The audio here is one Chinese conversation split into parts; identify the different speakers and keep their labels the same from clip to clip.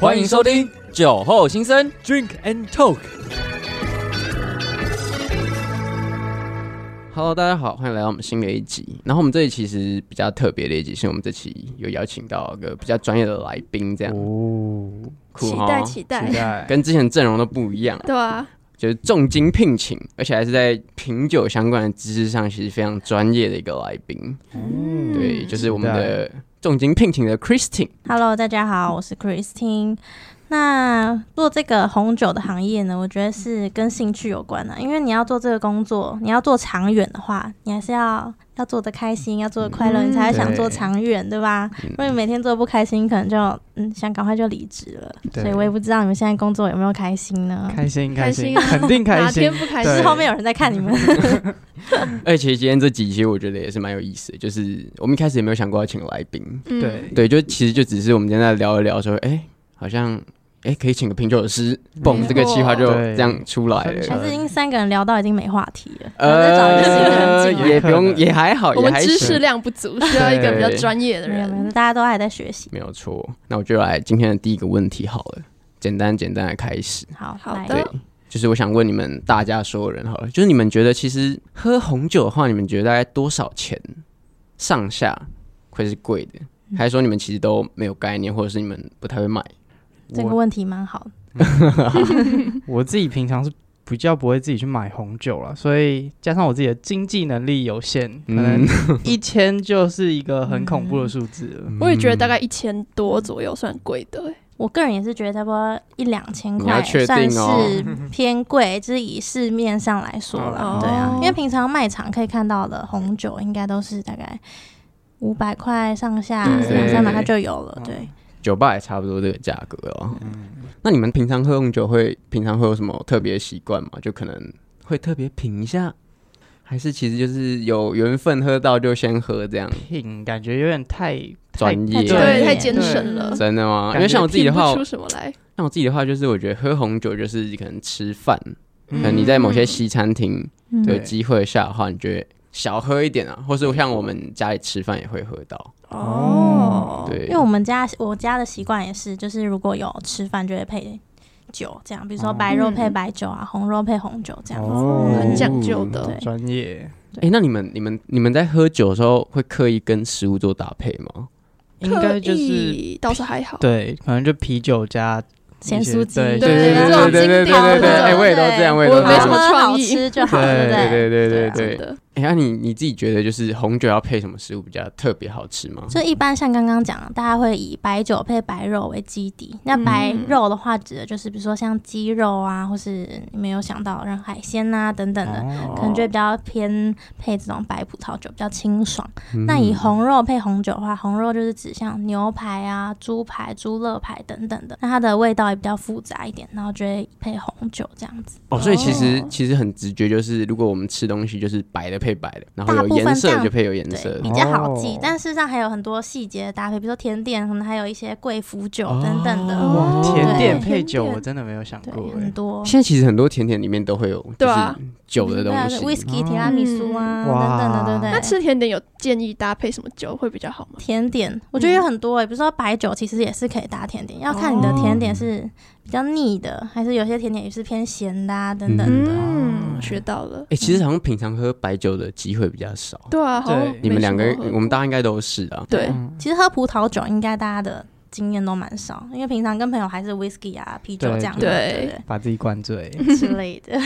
Speaker 1: 欢迎收听《酒后心声》。
Speaker 2: Drink and Talk。
Speaker 1: Hello，大家好，欢迎来到我们新的一集。然后我们这一期其实比较特别的一集，是我们这期有邀请到一个比较专业的来宾，这样
Speaker 2: 哦，
Speaker 1: 酷
Speaker 3: 期
Speaker 1: 哈
Speaker 3: 待期待
Speaker 2: 期，待。
Speaker 1: 跟之前阵容都不一样，
Speaker 3: 对啊，
Speaker 1: 就是重金聘请，而且还是在品酒相关的知识上，其实非常专业的一个来宾。
Speaker 3: 嗯
Speaker 1: 对，就是我们的重金聘请的 Christine。
Speaker 4: Hello，大家好，我是 Christine。那做这个红酒的行业呢，我觉得是跟兴趣有关的、啊因为你要做这个工作，你要做长远的话，你还是要要做的开心，要做的快乐，
Speaker 3: 嗯
Speaker 4: 你才会想做
Speaker 2: 对
Speaker 4: 长远，对吧？如果你每天做得不开心，可能就嗯想赶快就离职了。
Speaker 2: 对
Speaker 4: 所以我也不知道你们现在工作有没有开心呢？
Speaker 2: 开心
Speaker 3: 开
Speaker 2: 开
Speaker 3: 心
Speaker 2: 心，
Speaker 3: 啊
Speaker 2: 肯定开
Speaker 3: 哪
Speaker 2: 心
Speaker 3: 天。不开
Speaker 2: 对
Speaker 4: 是
Speaker 3: 心？
Speaker 4: 后面有人在看你们，
Speaker 1: 而且今天这集其实我觉得也是蛮有意思的，就是我们一开始也没有想过要请来宾，
Speaker 3: 嗯
Speaker 2: 对，
Speaker 1: 对，就其实就只是我们今天在聊一聊说，哎、好像哎、可以请个品酒师，嘣，
Speaker 2: 没
Speaker 1: 这个计划就
Speaker 2: 错
Speaker 1: 这样出来
Speaker 2: 对
Speaker 1: 了
Speaker 4: 还。是已经三个人聊到已经没话题了，然后再找一个新的人
Speaker 1: 呃，
Speaker 4: 进来。
Speaker 1: 也不用，也还好，
Speaker 3: 我
Speaker 1: 哦也
Speaker 3: 们
Speaker 1: 还
Speaker 3: 知识
Speaker 1: 行，
Speaker 3: 量不足，需要一个比较专业的
Speaker 4: 没有没
Speaker 3: 人
Speaker 4: 有，。大家都还在学习。
Speaker 1: 没有错。那我就来今天的第一个问题好了，简单简单的开始。
Speaker 4: 好，
Speaker 3: 好
Speaker 4: 来
Speaker 3: 的
Speaker 1: 对，就是我想问你们大家所有人好了，就是你们觉得其实喝红酒的话，你们觉得大概多少钱上下会是贵的？
Speaker 3: 嗯
Speaker 1: 还是说你们其实都没有概念，或者是你们不太会买？
Speaker 4: 这个
Speaker 2: 我
Speaker 4: 问题蛮好的。
Speaker 2: 我自己平常是比较不会自己去买红酒了，所以加上我自己的经济能力有限，
Speaker 1: 嗯
Speaker 2: 可能 一千就是一个很恐怖的数字
Speaker 1: 嗯
Speaker 2: 了。
Speaker 3: 我也觉得大概一千多左右算贵的欸，
Speaker 4: 我个人也是觉得差不多一两千
Speaker 1: 你要
Speaker 4: 块
Speaker 1: 确
Speaker 4: 算
Speaker 1: 定哦
Speaker 4: 是 偏贵，就是以市面上来说
Speaker 3: 哦
Speaker 4: 啦，对啊，因为平常卖场可以看到的红酒应该都是大概五百块上下，
Speaker 3: 对
Speaker 4: 两三百块就有
Speaker 3: 嗯
Speaker 4: 了，对。
Speaker 1: 酒吧也差不多这个价格哦。那你们平常喝红酒会平常会有什么特别习惯吗？就可能会特别品一下，还是其实就是有缘分喝到就先喝这样？
Speaker 2: 品感觉有点太
Speaker 1: 专业啊
Speaker 4: 对
Speaker 3: 对，太
Speaker 4: 对
Speaker 3: 艰深了。
Speaker 1: 真的吗？
Speaker 2: 感觉
Speaker 1: 因为像我自己的话，
Speaker 3: 品不出什么来，
Speaker 1: 像我自己的话，就是我觉得喝红酒就是可能吃饭，可
Speaker 2: 嗯
Speaker 1: 能你在某些西餐厅
Speaker 4: 嗯
Speaker 1: 有
Speaker 2: 对
Speaker 1: 机会下的话，你觉得小喝一点啊，或是像我们家里吃饭也会喝到，
Speaker 3: 哦，
Speaker 1: 对，
Speaker 4: 因为我们家我家的习惯也是，就是如果有吃饭就会配酒，这样，比如说
Speaker 2: 哦
Speaker 4: 白肉配
Speaker 3: 嗯
Speaker 4: 白酒啊，红肉配红酒这样嗯子。
Speaker 2: 哦
Speaker 3: 很讲究的
Speaker 4: 对。
Speaker 2: 专业，
Speaker 1: 哎、那你们、你们、你们在喝酒的时候会刻意跟食物做搭配吗？
Speaker 2: 应该就是
Speaker 3: 特意倒是还好，
Speaker 2: 对，可能就啤酒加
Speaker 4: 咸
Speaker 2: 一些
Speaker 4: 酥鸡
Speaker 2: 对
Speaker 3: 对对
Speaker 2: 对
Speaker 3: 这种
Speaker 2: 对
Speaker 3: 经典的
Speaker 1: 哎、我也都这样，我也都
Speaker 3: 我
Speaker 1: 这
Speaker 3: 没
Speaker 4: 好
Speaker 1: 样
Speaker 3: 什么。
Speaker 4: 喝
Speaker 3: 创
Speaker 4: 好
Speaker 3: 意
Speaker 4: 吃 就好，对不
Speaker 2: 对
Speaker 1: 对
Speaker 4: 对？
Speaker 1: 对对对
Speaker 3: 真
Speaker 1: 对。
Speaker 3: 的
Speaker 1: 哎、那、你你自己觉得就是红酒要配什么食物比较特别好吃吗？
Speaker 4: 就一般像刚刚讲的，大家会以白酒配白肉为基底。那白肉的话，指的就是比如说像鸡肉啊，或是你没有想到让海鲜啊等等的，可能就比较偏配这种白葡萄酒，比较清爽。那以红肉配红酒的话，红肉就是指像牛排啊、猪排、猪肋排等等的，那它的味道也比较复杂一点，然后就会配红酒这样子。
Speaker 1: 哦，所以其实、
Speaker 3: 哦
Speaker 1: 其实很直觉，就是如果我们吃东西，就是白的配白的，然后
Speaker 4: 大
Speaker 1: 有
Speaker 4: 部分
Speaker 1: 颜色
Speaker 4: 这
Speaker 1: 的
Speaker 4: 样
Speaker 1: 就配有颜色
Speaker 4: 对，
Speaker 1: 的
Speaker 4: 比。较好记，
Speaker 2: 哦
Speaker 4: 但事实上还有很多细节的搭配，比如说甜点，可能还有一些贵腐酒等等的。
Speaker 2: 哇，甜点
Speaker 4: 对
Speaker 2: 配
Speaker 3: 甜
Speaker 2: 酒
Speaker 3: 点
Speaker 2: 我真的没有想
Speaker 4: 对，
Speaker 2: 过
Speaker 4: 很
Speaker 2: 哎，
Speaker 4: 多。
Speaker 1: 现在其实很多甜点里面都会有就
Speaker 3: 对
Speaker 1: 是
Speaker 3: 啊
Speaker 1: 酒的
Speaker 4: 对
Speaker 1: 东
Speaker 4: 啊
Speaker 1: 西，嗯
Speaker 4: ，whisky、
Speaker 2: 哦
Speaker 4: 提拉米苏啊
Speaker 2: 嗯哇
Speaker 4: 等等的，对不对？
Speaker 3: 那吃甜点有建议搭配什么酒会比较好吗？
Speaker 4: 甜点，我觉得有很多诶、欸比如说白酒其实也是可以搭甜点，要看你的甜点是比较腻的，还是有些甜点也是偏咸的啊等等的。
Speaker 3: 嗯，学到了
Speaker 1: 哎、。其实好像平常喝白酒的机会比较少。
Speaker 3: 对啊，好像
Speaker 2: 对
Speaker 1: 你们
Speaker 3: 没什
Speaker 1: 两
Speaker 3: 么
Speaker 1: 个
Speaker 3: 喝，
Speaker 1: 我们
Speaker 3: 过
Speaker 1: 大家应该都是啊。
Speaker 3: 对
Speaker 2: 嗯
Speaker 4: 其实喝葡萄酒应该大家的经验都蛮少，因为平常跟朋友还是 whisky 啊、啤酒
Speaker 2: 对
Speaker 4: 这样子，
Speaker 3: 对
Speaker 4: 对
Speaker 2: 把自己灌醉。
Speaker 4: 不对之类的。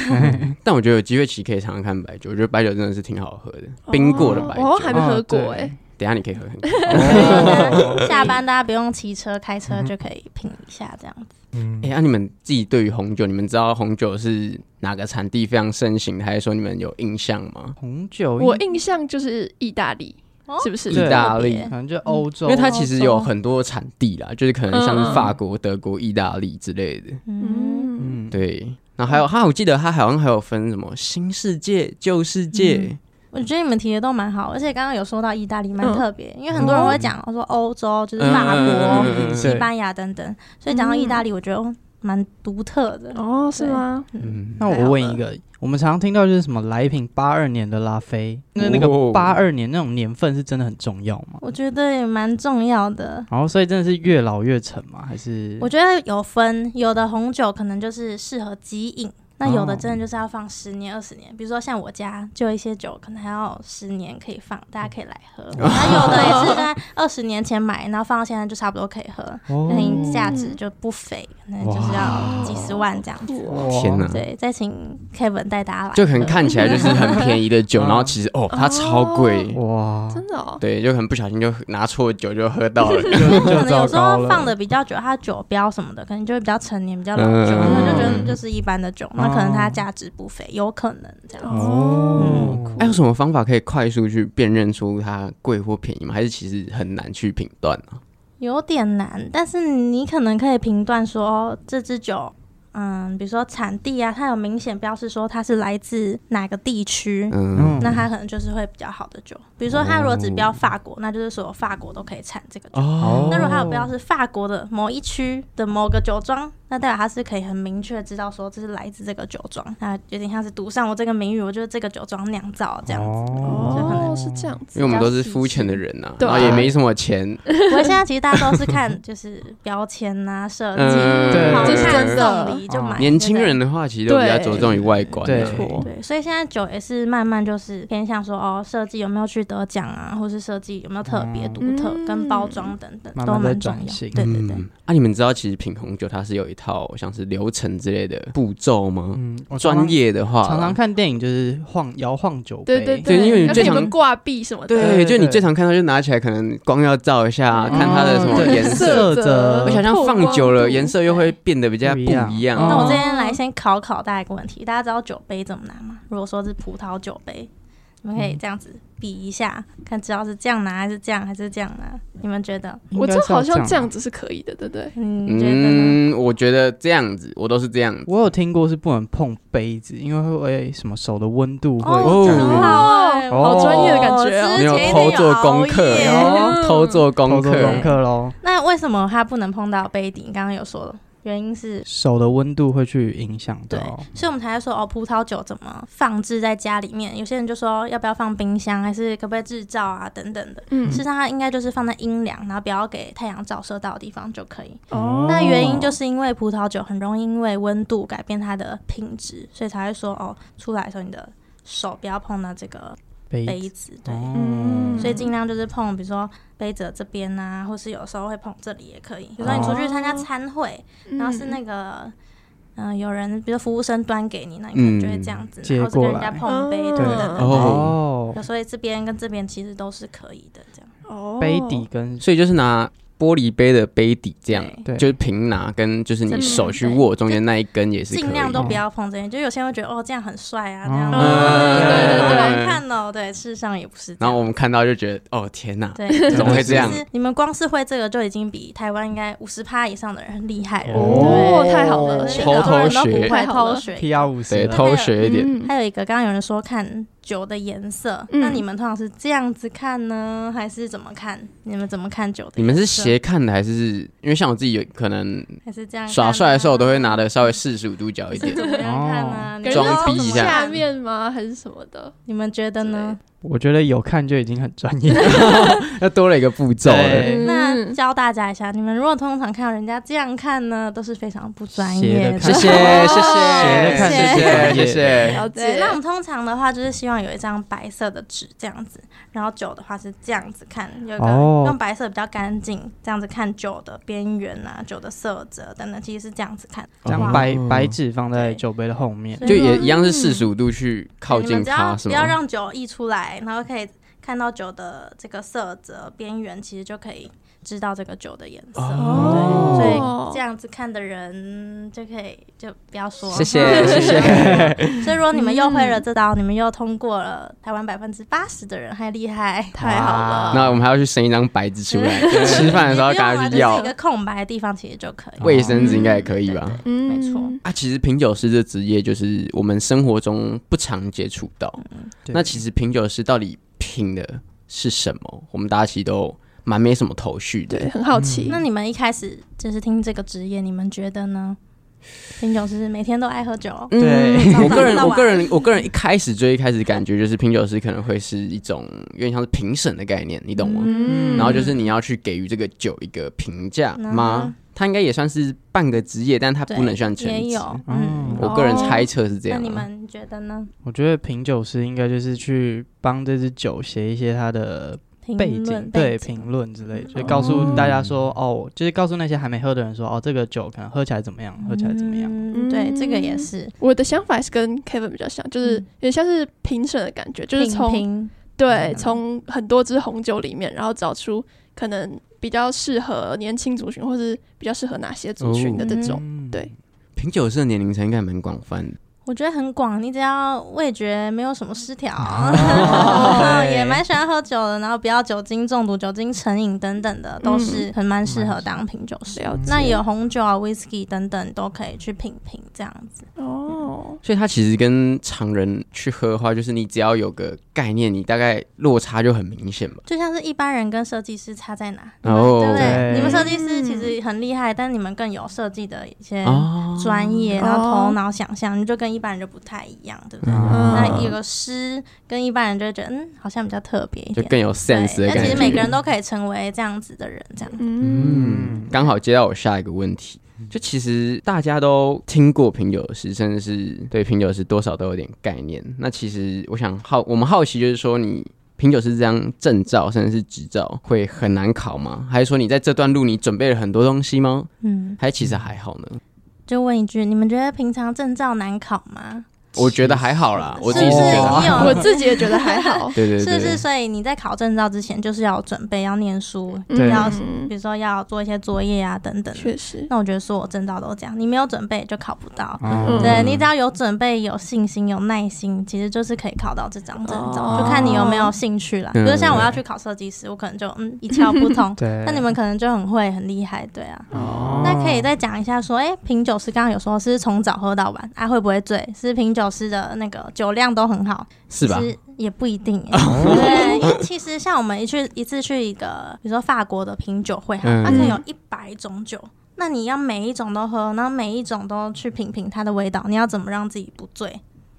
Speaker 1: 但我觉得有机会其实可以尝尝看白酒，我觉得白酒真的是挺好喝的，冰过的白酒。
Speaker 3: 哦我好像还没喝
Speaker 2: 哦
Speaker 3: 过
Speaker 2: 对
Speaker 3: 哎，
Speaker 1: 等一下你可以喝看看。
Speaker 4: 所以呢下班大家不用骑车、开车就可以品一下这样子。
Speaker 1: 哎、那、你们自己对于红酒，你们知道红酒是哪个产地非常盛行的，还是说你们有印象吗？
Speaker 2: 红酒应
Speaker 3: 我印象就是意大利
Speaker 4: 哦，
Speaker 3: 是不是
Speaker 1: 意？
Speaker 2: 对
Speaker 1: 大利，
Speaker 4: 特
Speaker 2: 可
Speaker 4: 别
Speaker 2: 能就
Speaker 3: 嗯
Speaker 2: 欧洲，
Speaker 1: 因为它其实有很多产地啦，就是可能像是法国、德国、意大利之类的。
Speaker 4: 嗯，
Speaker 3: 嗯，
Speaker 2: 嗯，
Speaker 1: 对，然后还有它，我记得它好像还有分什么新世界、旧世界。
Speaker 4: 我觉得你们提的都蛮好，而且刚刚有说到意大利蛮
Speaker 3: 嗯
Speaker 4: 特别，因为很多人会讲说欧洲就是法国、
Speaker 1: 嗯嗯嗯嗯嗯嗯
Speaker 4: 西班牙等等，所以讲到意大利，我觉得哦蛮独特的。
Speaker 3: 哦，是吗？
Speaker 1: 嗯，
Speaker 2: 那我问一个，我们常常听到就是什么来一瓶八二年的拉菲，那那
Speaker 1: 哦
Speaker 2: 个八二年那种年份是真的很重要吗？
Speaker 4: 我觉得也蛮重要的。
Speaker 2: 然后所以真的是越老越沉吗？还是
Speaker 4: 我觉得有分，有的红酒可能就是适合即饮，那有的真的就是要放十年、二十年。比如说像我家就有一些酒，可能还要十年可以放，大家可以来喝。那有的也是在二十年前买，然后放到现在就差不多可以喝，
Speaker 2: 哦
Speaker 4: 那你价值就不菲，可能就是要几十万这样子。
Speaker 1: 天哪！
Speaker 4: 对，再请 Kevin 带大家来，
Speaker 1: 就可能看起来就是很便宜的酒，
Speaker 2: 嗯
Speaker 1: 然后其实哦，它超贵，
Speaker 2: 哇，
Speaker 3: 真的哦，
Speaker 1: 对，就很不小心就拿错酒就喝到了。
Speaker 2: 就
Speaker 4: 可
Speaker 2: 就
Speaker 4: 能有
Speaker 2: 糟
Speaker 4: 时
Speaker 2: 糕
Speaker 4: 候
Speaker 2: 了。
Speaker 4: 放的比较久，它酒标什么的，可能就会比较成年、比较老
Speaker 1: 嗯
Speaker 4: 酒，
Speaker 1: 嗯
Speaker 4: 那就觉
Speaker 1: 嗯哦
Speaker 4: 得就是一般的酒，那可能它价值不菲，有可能这样。
Speaker 2: 哦，
Speaker 1: 还有什么方法可以快速去辨认出它贵或便宜吗？还是其实很难去评断啊？
Speaker 4: 有点难，但是你可能可以评断说哦这支酒，嗯，比如说产地啊，它有明显标示说它是来自哪个地区，
Speaker 1: 嗯，
Speaker 4: 那它可能就是会比较好的酒。比如说它如果只标法国，那就是所有法国都可以产这个酒。
Speaker 1: 哦
Speaker 4: 那如果它有标示法国的某一区的某个酒庄，那代表它是可以很明确知道说这是来自这个酒庄，那有点像是赌上我这个名誉，我就是这个酒庄酿造这样子。
Speaker 2: 哦
Speaker 4: 就可能
Speaker 3: 哦，是这样
Speaker 1: 因
Speaker 3: 子
Speaker 1: 为我们都是肤浅的人呐、
Speaker 3: 对
Speaker 1: 然
Speaker 3: 啊
Speaker 1: 后也没什么钱，
Speaker 4: 不过现在其实大家都是看就是标签啊呐、设计，
Speaker 1: 嗯
Speaker 2: 对
Speaker 4: 好
Speaker 2: 这是
Speaker 4: 看
Speaker 3: 真的
Speaker 4: 啊送礼就
Speaker 2: 哦
Speaker 4: 买。
Speaker 1: 年轻
Speaker 4: 对不对
Speaker 1: 人的话其实都比较着重于外观、
Speaker 2: 对
Speaker 1: 啊。
Speaker 2: 没错
Speaker 4: 对，所以现在酒也是慢慢就是偏向说哦，设计有没有去得奖啊，或是设计有没有特别独特，
Speaker 3: 嗯
Speaker 4: 跟包装等等
Speaker 2: 慢慢
Speaker 4: 都
Speaker 2: 在
Speaker 4: 蛮重
Speaker 2: 转
Speaker 4: 要。
Speaker 2: 型
Speaker 4: 对对对，
Speaker 1: 嗯啊，你们知道其实品红酒它是有一套像是流程之类的步骤吗？
Speaker 2: 嗯，我常常
Speaker 1: 专业的话，
Speaker 2: 常常看电影就是晃摇晃酒杯，
Speaker 3: 对对
Speaker 1: 对因为你
Speaker 3: 而
Speaker 1: 最
Speaker 3: 且你
Speaker 1: 常
Speaker 3: 们挂壁什么的，
Speaker 1: 对，
Speaker 2: 对
Speaker 1: 就你
Speaker 2: 对
Speaker 1: 最常看到，就拿起来可能光要照一下，看它的什么
Speaker 2: 哦对
Speaker 1: 颜色，
Speaker 2: 色泽
Speaker 1: 而且好像放久了，颜色又会
Speaker 4: 对
Speaker 1: 变得比较
Speaker 2: 不
Speaker 1: 不
Speaker 2: 一
Speaker 1: 一样。
Speaker 2: 样
Speaker 4: 那我
Speaker 2: 哦
Speaker 4: 这边来先考考大家一个问题，大家知道酒杯怎么拿吗？如果说是葡萄酒杯，你们可以这样子比一下，看知道是这样拿还是这样还是这样拿，你们觉得？
Speaker 3: 我这好像这样
Speaker 2: 子。
Speaker 3: 子是可以的，对不对？
Speaker 4: 嗯，你觉得呢？
Speaker 1: 嗯，我觉得这样子，我都是这样子。
Speaker 2: 我有听过是不能碰杯子，因为会什么手的温度
Speaker 1: 嗯
Speaker 2: 会。
Speaker 4: 哦，这很好哎，
Speaker 2: 哦
Speaker 4: 我
Speaker 2: 好专业的
Speaker 3: 感觉哦
Speaker 4: 之前
Speaker 1: 没有
Speaker 4: 也
Speaker 1: 偷做功课
Speaker 4: 熬夜
Speaker 2: 哦，
Speaker 1: 偷做功
Speaker 2: 偷做
Speaker 1: 课
Speaker 2: 功，课喽。
Speaker 4: 那为什么它不能碰到杯底？你刚刚有说了，原因是
Speaker 2: 手的温度会去影响
Speaker 4: 对
Speaker 2: 到，
Speaker 4: 所以我们才会说哦，葡萄酒怎么放置在家里面？有些人就说要不要放冰箱，还是可不可以日照啊等等的。
Speaker 3: 嗯
Speaker 4: 事实上，它应该就是放在阴凉，然后不要给太阳照射到的地方就可以。
Speaker 3: 哦
Speaker 4: 那原因就是因为葡萄酒很容易因为温度改变它的品质，所以才会说哦，出来的时候你的手不要碰到这个
Speaker 2: 杯
Speaker 4: 杯子，对。
Speaker 2: 哦
Speaker 3: 嗯
Speaker 4: 所以尽量就是碰，比如说杯子的这边啊，或是有时候会碰这里也可以。比如说你出去参加餐会，
Speaker 3: 嗯
Speaker 4: 然后是那个，嗯、有人比如服务生端给你，那你可能就会这样子，
Speaker 2: 嗯
Speaker 4: 然后是跟人
Speaker 2: 接
Speaker 4: 家
Speaker 2: 过
Speaker 4: 碰杯
Speaker 3: 来
Speaker 4: 等等等
Speaker 1: 对
Speaker 4: 等。
Speaker 1: 哦
Speaker 2: 哦，
Speaker 4: 有时候这边跟这边其实都是可以的，这样。
Speaker 3: 哦
Speaker 2: 杯底跟
Speaker 1: 所以就是拿玻璃杯的杯底这样，
Speaker 4: 对
Speaker 2: 对
Speaker 1: 就是平拿跟就是你手去握中间那一根也是可以。哦
Speaker 4: 尽量
Speaker 2: 嗯
Speaker 4: 都不要碰这边，就有些人会觉得哦这样很帅啊，
Speaker 2: 哦
Speaker 4: 这样子
Speaker 1: 嗯
Speaker 4: 对
Speaker 1: 对
Speaker 4: 好
Speaker 1: 对
Speaker 4: 难看哦。对，事实上也不是这
Speaker 1: 然后我
Speaker 4: 样。
Speaker 1: 们看到就觉得，哦天哪，
Speaker 4: 对，
Speaker 1: 怎么会这样
Speaker 4: 就是你们光是会这个就已经比台湾应该五十趴以上的人很厉害了。
Speaker 3: 哦，
Speaker 2: 对
Speaker 3: 太好了，
Speaker 4: 对
Speaker 3: 学
Speaker 1: 偷
Speaker 3: 到
Speaker 4: 很多
Speaker 1: 偷
Speaker 3: 了
Speaker 4: 人都
Speaker 1: 学
Speaker 4: 不会偷学
Speaker 2: P R 五十
Speaker 1: 对，，偷学一点。
Speaker 3: 嗯
Speaker 4: 还有一个，刚刚有人说看酒的颜色，
Speaker 3: 嗯
Speaker 4: 那你们通常是这样子看呢，还是怎么看？你们怎么看酒的颜色？
Speaker 1: 你们是斜看的还是？因为像我自己有可能
Speaker 4: 还是这样看呢？哦
Speaker 1: 耍帅的时候，我都会拿的稍微四十五度角一
Speaker 4: 是
Speaker 1: 点。哦
Speaker 4: 怎么样看呢？
Speaker 3: 感
Speaker 4: 你们
Speaker 3: 觉
Speaker 1: 装
Speaker 3: 是
Speaker 1: 逼
Speaker 3: 从
Speaker 1: 一
Speaker 3: 什么
Speaker 1: 下
Speaker 3: 下面吗？还是什么的？
Speaker 4: 你们觉得呢？
Speaker 2: 我觉得有看就已经很专业了。
Speaker 4: 嗯
Speaker 1: 要多了一个步骤了。
Speaker 2: 对
Speaker 3: 嗯
Speaker 4: 那教大家一下，你们如果通常看到人家这样看呢，都是非常不专
Speaker 2: 斜
Speaker 4: 业
Speaker 2: 的看
Speaker 1: 谢
Speaker 4: 的。
Speaker 1: 谢谢
Speaker 2: 斜
Speaker 1: 谢
Speaker 2: 的看
Speaker 1: 谢谢谢谢。
Speaker 3: 了
Speaker 4: 对，
Speaker 3: 解，
Speaker 4: 那我们通常的话就是希望有一张白色的纸这样子，然后酒的话是这样子看，有一个
Speaker 2: 哦
Speaker 4: 用白色比较干净，这样子看酒的边缘啊、酒的色泽等等，其实是这样子看。
Speaker 2: 将
Speaker 1: 哇
Speaker 2: 白
Speaker 1: 哦
Speaker 2: 白纸放在
Speaker 4: 对
Speaker 2: 酒杯的后面，
Speaker 4: 所以
Speaker 1: 就也一样是四十五度去靠
Speaker 4: 你
Speaker 1: 近
Speaker 4: 们只要
Speaker 1: 它，是
Speaker 4: 不要
Speaker 1: 吗？
Speaker 4: 让酒溢出来，然后可以看到酒的这个色泽边缘，其实就可以知道这个酒的颜色。
Speaker 1: 哦
Speaker 4: 对，所以这样子看的人就可以就不要说。
Speaker 1: 谢 谢谢谢。
Speaker 4: 所以如果你们又会了这道，你们又通过了台湾百分之八十的人，还厉害，
Speaker 3: 太好了，
Speaker 1: 那我们还要去生一张白纸出来，吃饭的时候赶快去
Speaker 4: 你不用啊
Speaker 1: 要
Speaker 4: 就是一。个空白的地方，其实就可以。
Speaker 1: 卫生纸应该也可以吧？
Speaker 4: 对对
Speaker 3: 嗯
Speaker 4: 没错
Speaker 1: 啊，其实品酒师这职业就是我们生活中不常接触到。
Speaker 4: 嗯
Speaker 2: 对
Speaker 1: 那其实品酒师到底品的是什么？我们大家其实都蛮没什么头绪的
Speaker 3: 对，。很好奇。
Speaker 4: 那你们一开始就是听这个职业，你们觉得呢？品酒师每天都爱喝酒，
Speaker 2: 对
Speaker 1: 嗯我
Speaker 4: 早
Speaker 1: 个
Speaker 4: 上
Speaker 1: 人，
Speaker 4: 到
Speaker 1: 我
Speaker 4: 晚
Speaker 1: 个人，我个人一开始最一开始感觉就是品酒师可能会是一种有点像是评审的概念，你懂吗？
Speaker 3: 嗯
Speaker 1: 然后就是你要去给予这个酒一个评价
Speaker 4: 嗯
Speaker 1: 吗？他应该也算是半个职业，但他
Speaker 4: 对
Speaker 1: 不能算全
Speaker 4: 也
Speaker 1: 职。
Speaker 4: 有，
Speaker 2: 嗯
Speaker 4: 嗯，
Speaker 1: 我个人
Speaker 3: 哦
Speaker 1: 猜测是这
Speaker 4: 那
Speaker 1: 样
Speaker 4: 你
Speaker 1: 啊。
Speaker 4: 们觉得呢？
Speaker 2: 我觉得品酒师应该就是去帮这支酒写一些它的
Speaker 4: 评
Speaker 2: 背景，
Speaker 4: 论
Speaker 2: 对
Speaker 4: 景哦
Speaker 2: 评论之类，就告诉大家
Speaker 1: 嗯
Speaker 2: 说，哦，就是告诉那些还没喝的人说，哦，这个酒可能喝起来怎么样，喝起来怎么样。
Speaker 4: 嗯对，这个也是，
Speaker 3: 我的想法也是跟 Kevin 比较像，就是
Speaker 4: 嗯
Speaker 3: 有点像是评审的感觉，就是
Speaker 4: 品
Speaker 3: 从
Speaker 4: 评嗯
Speaker 3: 对从很多支红酒里面，然后找出可能比较适合年轻族群，或是比较适合哪些族群的这种。
Speaker 2: 嗯
Speaker 3: 对，
Speaker 1: 品酒师的年龄层应该蛮广泛的，
Speaker 4: 我觉得很广，你只要味觉没有什么失调，
Speaker 2: 哦
Speaker 4: 也蛮喜欢喝酒的，然后不要酒精中毒、酒精成瘾等等的，都是很蛮适合当品酒师。
Speaker 3: 了解
Speaker 4: 那有红酒啊、whisky 等等都可以去品评这样子。
Speaker 3: 哦，
Speaker 1: 所以它其实跟常人去喝的话，就是你只要有个概念，你大概落差就很明显吧。
Speaker 4: 就像是一般人跟设计师差在哪？你们
Speaker 1: 哦
Speaker 4: 对不
Speaker 2: 对
Speaker 4: 对？你们设计师其实很厉害，但你们更有设计的一些
Speaker 1: 哦，
Speaker 4: 专业，然后
Speaker 3: 哦
Speaker 4: 头脑想象，你就跟一般人就不太一样，对不对？
Speaker 2: 嗯
Speaker 4: 那有个师跟一般人就会觉得，嗯，好像比较特别一
Speaker 1: 就
Speaker 4: 点。
Speaker 1: 更有 sense
Speaker 4: 对
Speaker 1: 的
Speaker 4: 但
Speaker 1: 感
Speaker 4: 其
Speaker 1: 觉。
Speaker 4: 实每个人都可以成为这样子的人，这样。
Speaker 1: 嗯，刚好接到我下一个问题，就其实大家都听过品酒师，甚至是对品酒师多少都有点概念。那其实我想好，我们好奇就是说，你品酒师这张证照甚至是执照会很难考吗？还是说你在这段路你准备了很多东西吗？
Speaker 4: 嗯，
Speaker 1: 还其实还好呢，
Speaker 4: 就问一句，你们觉得平常证照难考吗？
Speaker 1: 我觉得还好啦，我自
Speaker 4: 是
Speaker 1: 己
Speaker 4: 不
Speaker 1: 是
Speaker 4: 是
Speaker 1: 觉得
Speaker 4: 你
Speaker 1: 还好。
Speaker 4: 有？
Speaker 3: 我自己也觉得
Speaker 1: 。
Speaker 3: 还 好
Speaker 1: 对对
Speaker 4: 是
Speaker 1: 对，
Speaker 4: 不是？所以你在考证照之前，就是要有准备，要念书，
Speaker 2: 对
Speaker 4: 要
Speaker 3: 嗯
Speaker 4: 比如说要做一些作业啊等等的。
Speaker 3: 确实，
Speaker 4: 那我觉得所有证照都这样，你没有准备就考不到。
Speaker 2: 哦，
Speaker 4: 对你只要有准备、有信心、有耐心，其实就是可以考到这张证照，
Speaker 3: 哦
Speaker 4: 就看你有没有兴趣啦。比
Speaker 1: 嗯
Speaker 4: 如像我要去考设计师，我可能就嗯一窍不通
Speaker 2: 对，
Speaker 4: 那你们可能就很会、很厉害，对啊。
Speaker 2: 哦
Speaker 4: 那可以再讲一下，说，哎、品酒师刚刚有说是从早喝到晚，啊，会不会醉？是品酒师的那个酒量都很好，
Speaker 1: 是吧
Speaker 4: 其实也不一定、欸。对，因为其实像我们一去一次去一个，比如说法国的品酒会，哈、
Speaker 1: 嗯
Speaker 4: 它可能有一百种酒，那你要每一种都喝，然后每一种都去品品它的味道，你要怎么让自己不醉？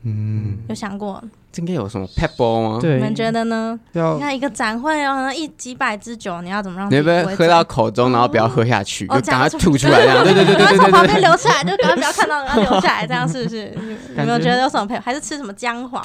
Speaker 1: 嗯，
Speaker 4: 有想过？
Speaker 1: 这应该有什么 pebble 吗？，
Speaker 2: 对，
Speaker 4: 你们觉
Speaker 2: 得
Speaker 4: 得呢？
Speaker 2: 要
Speaker 4: 你看一个展会哦，可能一几百支酒，你要怎么让
Speaker 1: 你
Speaker 4: 自己
Speaker 1: 会不会
Speaker 4: 不会
Speaker 1: 喝
Speaker 4: 醉
Speaker 1: 到口中，然后不要喝下去，
Speaker 4: 哦
Speaker 1: 就赶快
Speaker 4: 这样
Speaker 1: 吐出来这样？对 对对对
Speaker 4: 赶
Speaker 1: 对对
Speaker 4: 快从旁
Speaker 1: 对
Speaker 4: 边流下来，就赶快不要看到，然后流下来，这样是不是？你有没有觉得有什么配？还是吃什么姜黄？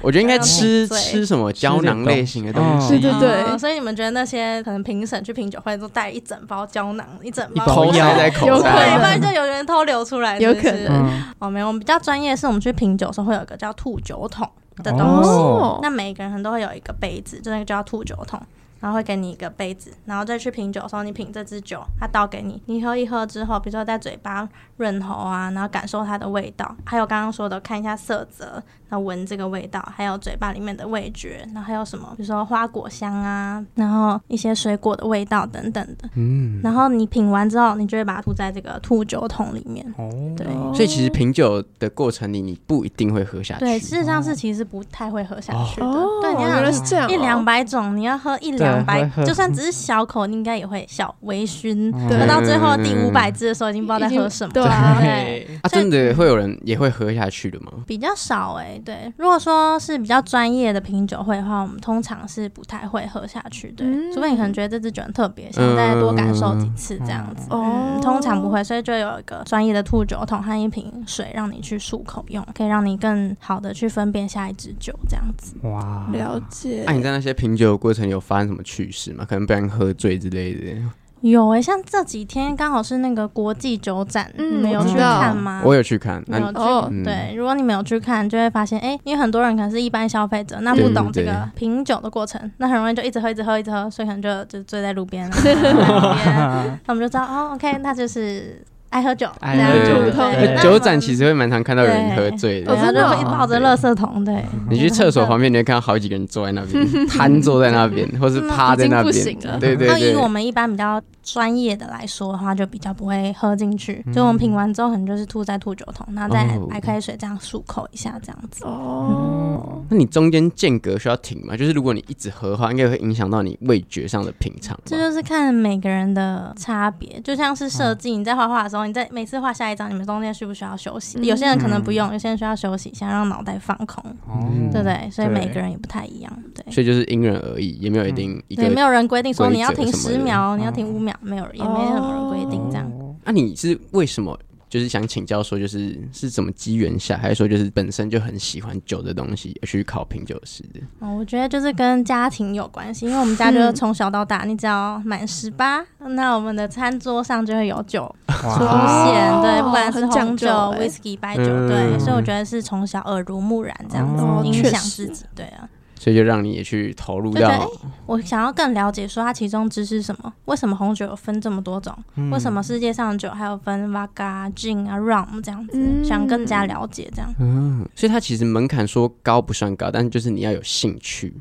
Speaker 1: 我觉得应该
Speaker 4: 让你
Speaker 1: 吃
Speaker 4: 醉
Speaker 1: 吃什么胶囊类型的东西，
Speaker 3: 对对对
Speaker 4: 啊哦所以你们觉得那些可能评审去品酒会都带一整包胶囊，一整包
Speaker 2: 一包
Speaker 1: 偷
Speaker 4: 对，
Speaker 2: 药
Speaker 1: 塞在口
Speaker 3: 有可
Speaker 1: 袋
Speaker 3: 能
Speaker 4: 不。然就有人偷流出来，
Speaker 3: 啊有
Speaker 4: 是不是
Speaker 3: 可能
Speaker 2: 嗯
Speaker 4: 哦，没有，我们比较专业，是我们去品酒的时候会有一个叫吐酒桶的东西。
Speaker 2: 哦
Speaker 4: 那每个人可能都会有一个杯子，就那个叫吐酒桶，然后会给你一个杯子，然后再去品酒的时候，你品这支酒，它倒给你，你喝一喝之后，比如说在嘴巴润喉啊，然后感受它的味道，还有刚刚说的看一下色泽，然后闻这个味道，还有嘴巴里面的味觉，然后还有什么，比如说花果香啊，然后一些水果的味道等等的，嗯，然后你品完之后，你就会把它吐在这个吐酒桶里面，
Speaker 2: 哦，
Speaker 4: 对。
Speaker 1: 所以其实品酒的过程里，你不一定会喝下去。
Speaker 4: 对，事实上是其实不太会喝下去的。
Speaker 3: 哦，
Speaker 4: 对，你
Speaker 3: 原来
Speaker 4: 想
Speaker 3: 是这样哦，
Speaker 4: 一两百种，你要喝一两
Speaker 2: 对
Speaker 4: 百
Speaker 2: 会喝，
Speaker 4: 就算只是小口，你应该也会小微醺。
Speaker 2: 嗯
Speaker 4: 喝到最后第五百支的时候，已经不知道在喝什么。
Speaker 3: 对啊
Speaker 4: 对，
Speaker 1: 啊，真的会有人也会喝下去的吗？
Speaker 4: 比较少哎、对。如果说是比较专业的品酒会的话，我们通常是不太会喝下去，对。
Speaker 3: 嗯
Speaker 4: 除非你可能觉得这支酒很特别，想再多感受几次这样子。
Speaker 3: 哦
Speaker 4: 嗯，通常不会，所以就有一个专业的吐酒桶和一瓶水让你去漱口用，可以让你更好的去分辨下一支酒这样子。
Speaker 2: 哇，
Speaker 4: 啊
Speaker 3: 了解
Speaker 1: 那、。啊
Speaker 4: 哎
Speaker 1: 你在那些品酒的过程有发生什么趣事吗？可能被人喝醉之类的。
Speaker 4: 有诶、像这几天刚好是那个国际酒展，
Speaker 3: 嗯
Speaker 4: 你们有
Speaker 2: 我
Speaker 4: 去
Speaker 2: 知道
Speaker 4: 看吗？
Speaker 1: 我有去看，
Speaker 4: 啊
Speaker 1: 那
Speaker 4: 没有去、
Speaker 3: 哦
Speaker 1: 嗯
Speaker 4: 对，如果你没有去看，就会发现，哎、因为很多人可能是一般消费者，那不懂
Speaker 1: 对
Speaker 4: 这
Speaker 1: 对
Speaker 4: 个
Speaker 1: 对
Speaker 4: 品酒的过程，那很容易就一直喝，一直喝，一直喝，所以可能就就醉在路 边了。坐在路边那我们就知道，哦，OK，那就是爱喝酒，
Speaker 2: 爱
Speaker 4: 那
Speaker 1: 喝酒
Speaker 4: 对对
Speaker 3: 对
Speaker 4: 对
Speaker 1: 呃酒展其
Speaker 4: 实
Speaker 1: 实会蛮常看到有人喝
Speaker 4: 对
Speaker 1: 醉
Speaker 4: 对，
Speaker 1: 的
Speaker 3: 哦。真的
Speaker 4: 然后
Speaker 3: 哦
Speaker 4: 就抱着垃圾桶，对，
Speaker 1: 你去厕所旁边，你会看到好 几个人坐在那边，瘫坐在那边，或是
Speaker 4: 嗯
Speaker 1: 趴在那
Speaker 3: 已经不
Speaker 1: 边
Speaker 3: 行。了
Speaker 1: 对对
Speaker 4: 那以
Speaker 1: 对，
Speaker 4: 我们一般比较专业的来说的话，就比较不会喝进去。就我们品完之后，可能就是吐在吐酒桶，然后再
Speaker 1: 嗯哦
Speaker 4: 白开水这样漱口一下，这样子。嗯
Speaker 3: 哦，
Speaker 1: 那你中间间隔需要停吗？就是如果你一直喝的话，应该会影响到你味觉上的品尝吧。
Speaker 4: 这就是看每个人的差别，就像是设计，你在画画的时候，你在每次画下一张，你们中间需不需要休息？
Speaker 3: 嗯
Speaker 4: 有些人可能不用，有些人需要休息一下，让脑袋放空，
Speaker 2: 哦
Speaker 1: 嗯
Speaker 4: 对不啊对？所以
Speaker 2: 对
Speaker 4: 每个人也不太一样，对。
Speaker 1: 所以就是因人而异，也没有一定一个。
Speaker 4: 对，没有人规定说
Speaker 1: 规
Speaker 4: 你要
Speaker 1: 则
Speaker 4: 停
Speaker 1: 什么
Speaker 4: 十
Speaker 1: 的哦
Speaker 4: 秒，你要
Speaker 2: 嗯
Speaker 4: 停五秒，没有，也没什么人规定这样。
Speaker 2: 哦
Speaker 1: 那、你是为什么？就是想请教说，就是是怎么机缘下，还是说就是本身就很喜欢酒的东西，而去考品酒师的？
Speaker 4: 哦，我觉得就是跟家庭有关系，因为我们家就是
Speaker 3: 嗯
Speaker 4: 从小到大，你只要满十八，那我们的餐桌上就会有酒
Speaker 2: 哇
Speaker 4: 出现，对，不管是
Speaker 3: 很讲
Speaker 4: 红酒、
Speaker 3: 究欸
Speaker 4: whisky、白酒，
Speaker 1: 嗯
Speaker 4: 对，所以我觉得是从小耳濡目染这样子
Speaker 2: 哦
Speaker 4: 影
Speaker 3: 确
Speaker 4: 响
Speaker 3: 实
Speaker 4: 自己，对啊。
Speaker 1: 所以就让你也去投入
Speaker 4: 就觉得
Speaker 1: 到
Speaker 4: 我想要更了解说它其中知识是什么，为什么红酒有分这么多种，为什
Speaker 2: 嗯
Speaker 4: 么世界上的酒还有分 vodka、gin 啊、rum 这样子，
Speaker 3: 嗯
Speaker 4: 想更加了解这样。
Speaker 1: 嗯，所以它其实门槛说高不算高，但就是你要有兴趣。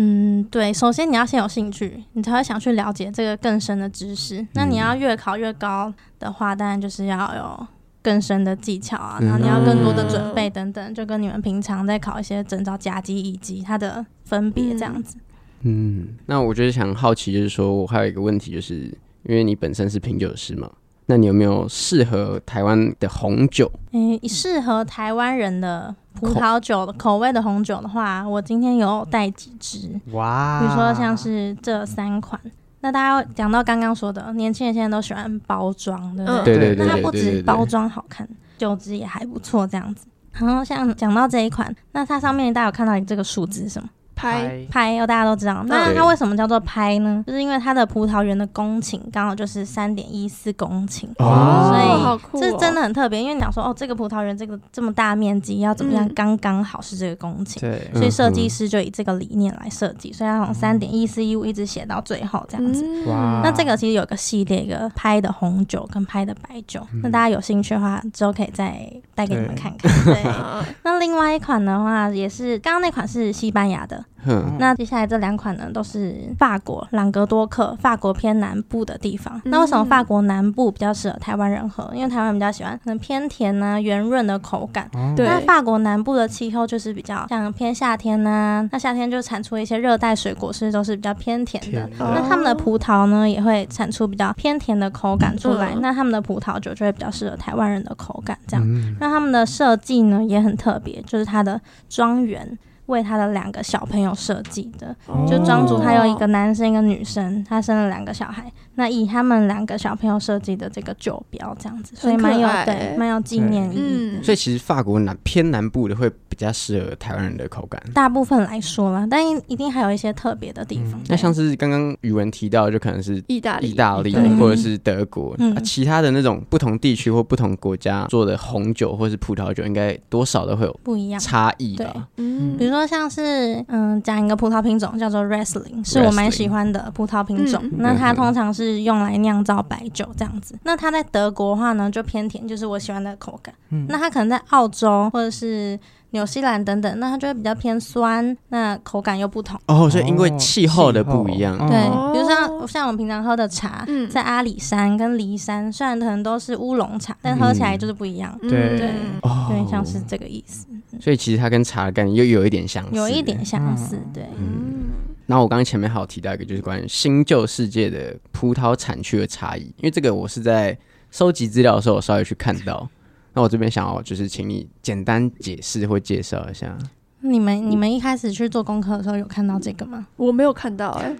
Speaker 4: 嗯，对，首先你要先有兴趣，你才会想去了解这个更深的知识。那你要越考越高的话，当然就是要有更深的技巧啊，然后你要更多的准备等等，就跟你们平常在考一些证照甲级乙级它的分别这样子。
Speaker 1: 嗯，那我就是想好奇，就是说我还有一个问题，就是因为你本身是品酒师嘛，那你有没有适合台湾的红酒？
Speaker 4: 嗯，适合台湾人的葡萄酒的口味的红酒的话，我今天有带几支。
Speaker 2: 哇，
Speaker 4: 比如说像是这三款。那大家讲到刚刚说的，年轻人现在都喜欢包装，对不哦对？
Speaker 3: 嗯
Speaker 1: 对对对
Speaker 4: 那它
Speaker 1: 对
Speaker 4: 不
Speaker 1: 对对
Speaker 4: 止包
Speaker 1: 对。
Speaker 4: 装好看，酒质也还不错，这样子。然后像讲到这一款，那它上面大家有看到这个数字是什么？
Speaker 3: 拍
Speaker 4: 拍，哦，大家都知道。那
Speaker 1: 对
Speaker 4: 它为什么叫做拍呢？就是因为它的葡萄园的公顷刚好就是三点一四公顷，
Speaker 1: 哦
Speaker 4: 所以
Speaker 3: 哦好酷哦，
Speaker 4: 这真的很特别。因为你想说，哦，这个葡萄园这个这么大面积，要怎么样
Speaker 3: 嗯
Speaker 4: 刚刚好是这个公顷？
Speaker 2: 对
Speaker 1: 嗯
Speaker 4: 所以设计师就以这个理念来设计，所以它从三点一四一五一直写到最后这样子。
Speaker 3: 嗯
Speaker 2: 哇
Speaker 4: 那这个其实有个系列，一个拍的红酒跟拍的白酒，那大家有兴趣的话，之后可以再带给你们
Speaker 2: 对
Speaker 4: 看看。嗯对，
Speaker 3: 啊
Speaker 4: 那另外一款的话，也是刚刚那款是西班牙的，
Speaker 1: 哼，
Speaker 4: 那接下来这两款呢都是法国朗格多克，法国偏南部的地方。那为什么法国南部比较适合台湾人喝？因为台湾人比较喜欢可能偏甜啊、圆润的口感，
Speaker 3: 对
Speaker 4: 那法国南部的气候就是比较像偏夏天呐、那夏天就产出一些热带水果，是都是比较偏甜的。
Speaker 2: 甜的
Speaker 4: 那他们
Speaker 3: 哦
Speaker 4: 的葡萄呢，也会产出比较偏甜的口感出来。
Speaker 3: 嗯
Speaker 4: 那他们的葡萄酒就会比较适合台湾人的口感这样。
Speaker 1: 嗯
Speaker 4: 那他们的设计呢也很特别，就是它的庄园为他的两个小朋友设计的。
Speaker 3: 哦
Speaker 4: 就庄主他有一个男生一个女生，他生了两个小孩，那以他们两个小朋友设计的这个酒标这样子，所以
Speaker 3: 很可
Speaker 4: 蛮有
Speaker 3: 爱欸
Speaker 4: 对蛮有纪念意义的。
Speaker 3: 嗯，
Speaker 1: 所以其实法国南偏南部的会比较适合台湾人的口感。
Speaker 4: 大部分来说啦，但一定还有一些特别的地方。
Speaker 1: 嗯那像是刚刚宇文提到，就可能是
Speaker 3: 意大利
Speaker 1: 意大利
Speaker 4: 对
Speaker 1: 或者是德国，
Speaker 4: 嗯
Speaker 1: 啊其他的那种不同地区或不同国家做的红酒或是葡萄酒，应该多少都会有
Speaker 4: 不一样。
Speaker 1: 差异
Speaker 4: 对
Speaker 1: 吧？
Speaker 3: 嗯
Speaker 4: 比如说像是嗯，讲一个葡萄品种叫做 Riesling，是我蛮
Speaker 1: Riesling
Speaker 4: 喜欢的葡萄品种。
Speaker 3: 嗯
Speaker 4: 那它通常是用来酿造白酒这样子。那它在德国的话呢，就偏甜，就是我喜欢的口感。
Speaker 2: 嗯
Speaker 4: 那它可能在澳洲或者是纽西兰等等，那它就会比较偏酸，那口感又不同。
Speaker 1: 哦，所以因为
Speaker 2: 哦
Speaker 1: 气候的不一样，
Speaker 2: 气候
Speaker 4: 对
Speaker 2: 哦，
Speaker 4: 比如像像我们平常喝的茶，
Speaker 3: 嗯
Speaker 4: 在阿里山跟骊山，虽然可能都是乌龙茶，但喝起来就是不一样，
Speaker 3: 嗯
Speaker 2: 对
Speaker 4: 对
Speaker 1: 哦
Speaker 4: 有点像是这个意思，
Speaker 1: 所以其实它跟哦茶的概念又有一点相似，
Speaker 4: 有一点相似，对。
Speaker 3: 嗯
Speaker 1: 那我刚刚前面还有提到一个，就是关于新旧世界的葡萄产区的差异，因为这个我是在收集资料的时候我稍微去看到。那我这边想要就是请你简单解释或介绍一下，
Speaker 4: 你们你们一开始去做功课的时候有看到这个 吗？
Speaker 3: 我没有看到哎，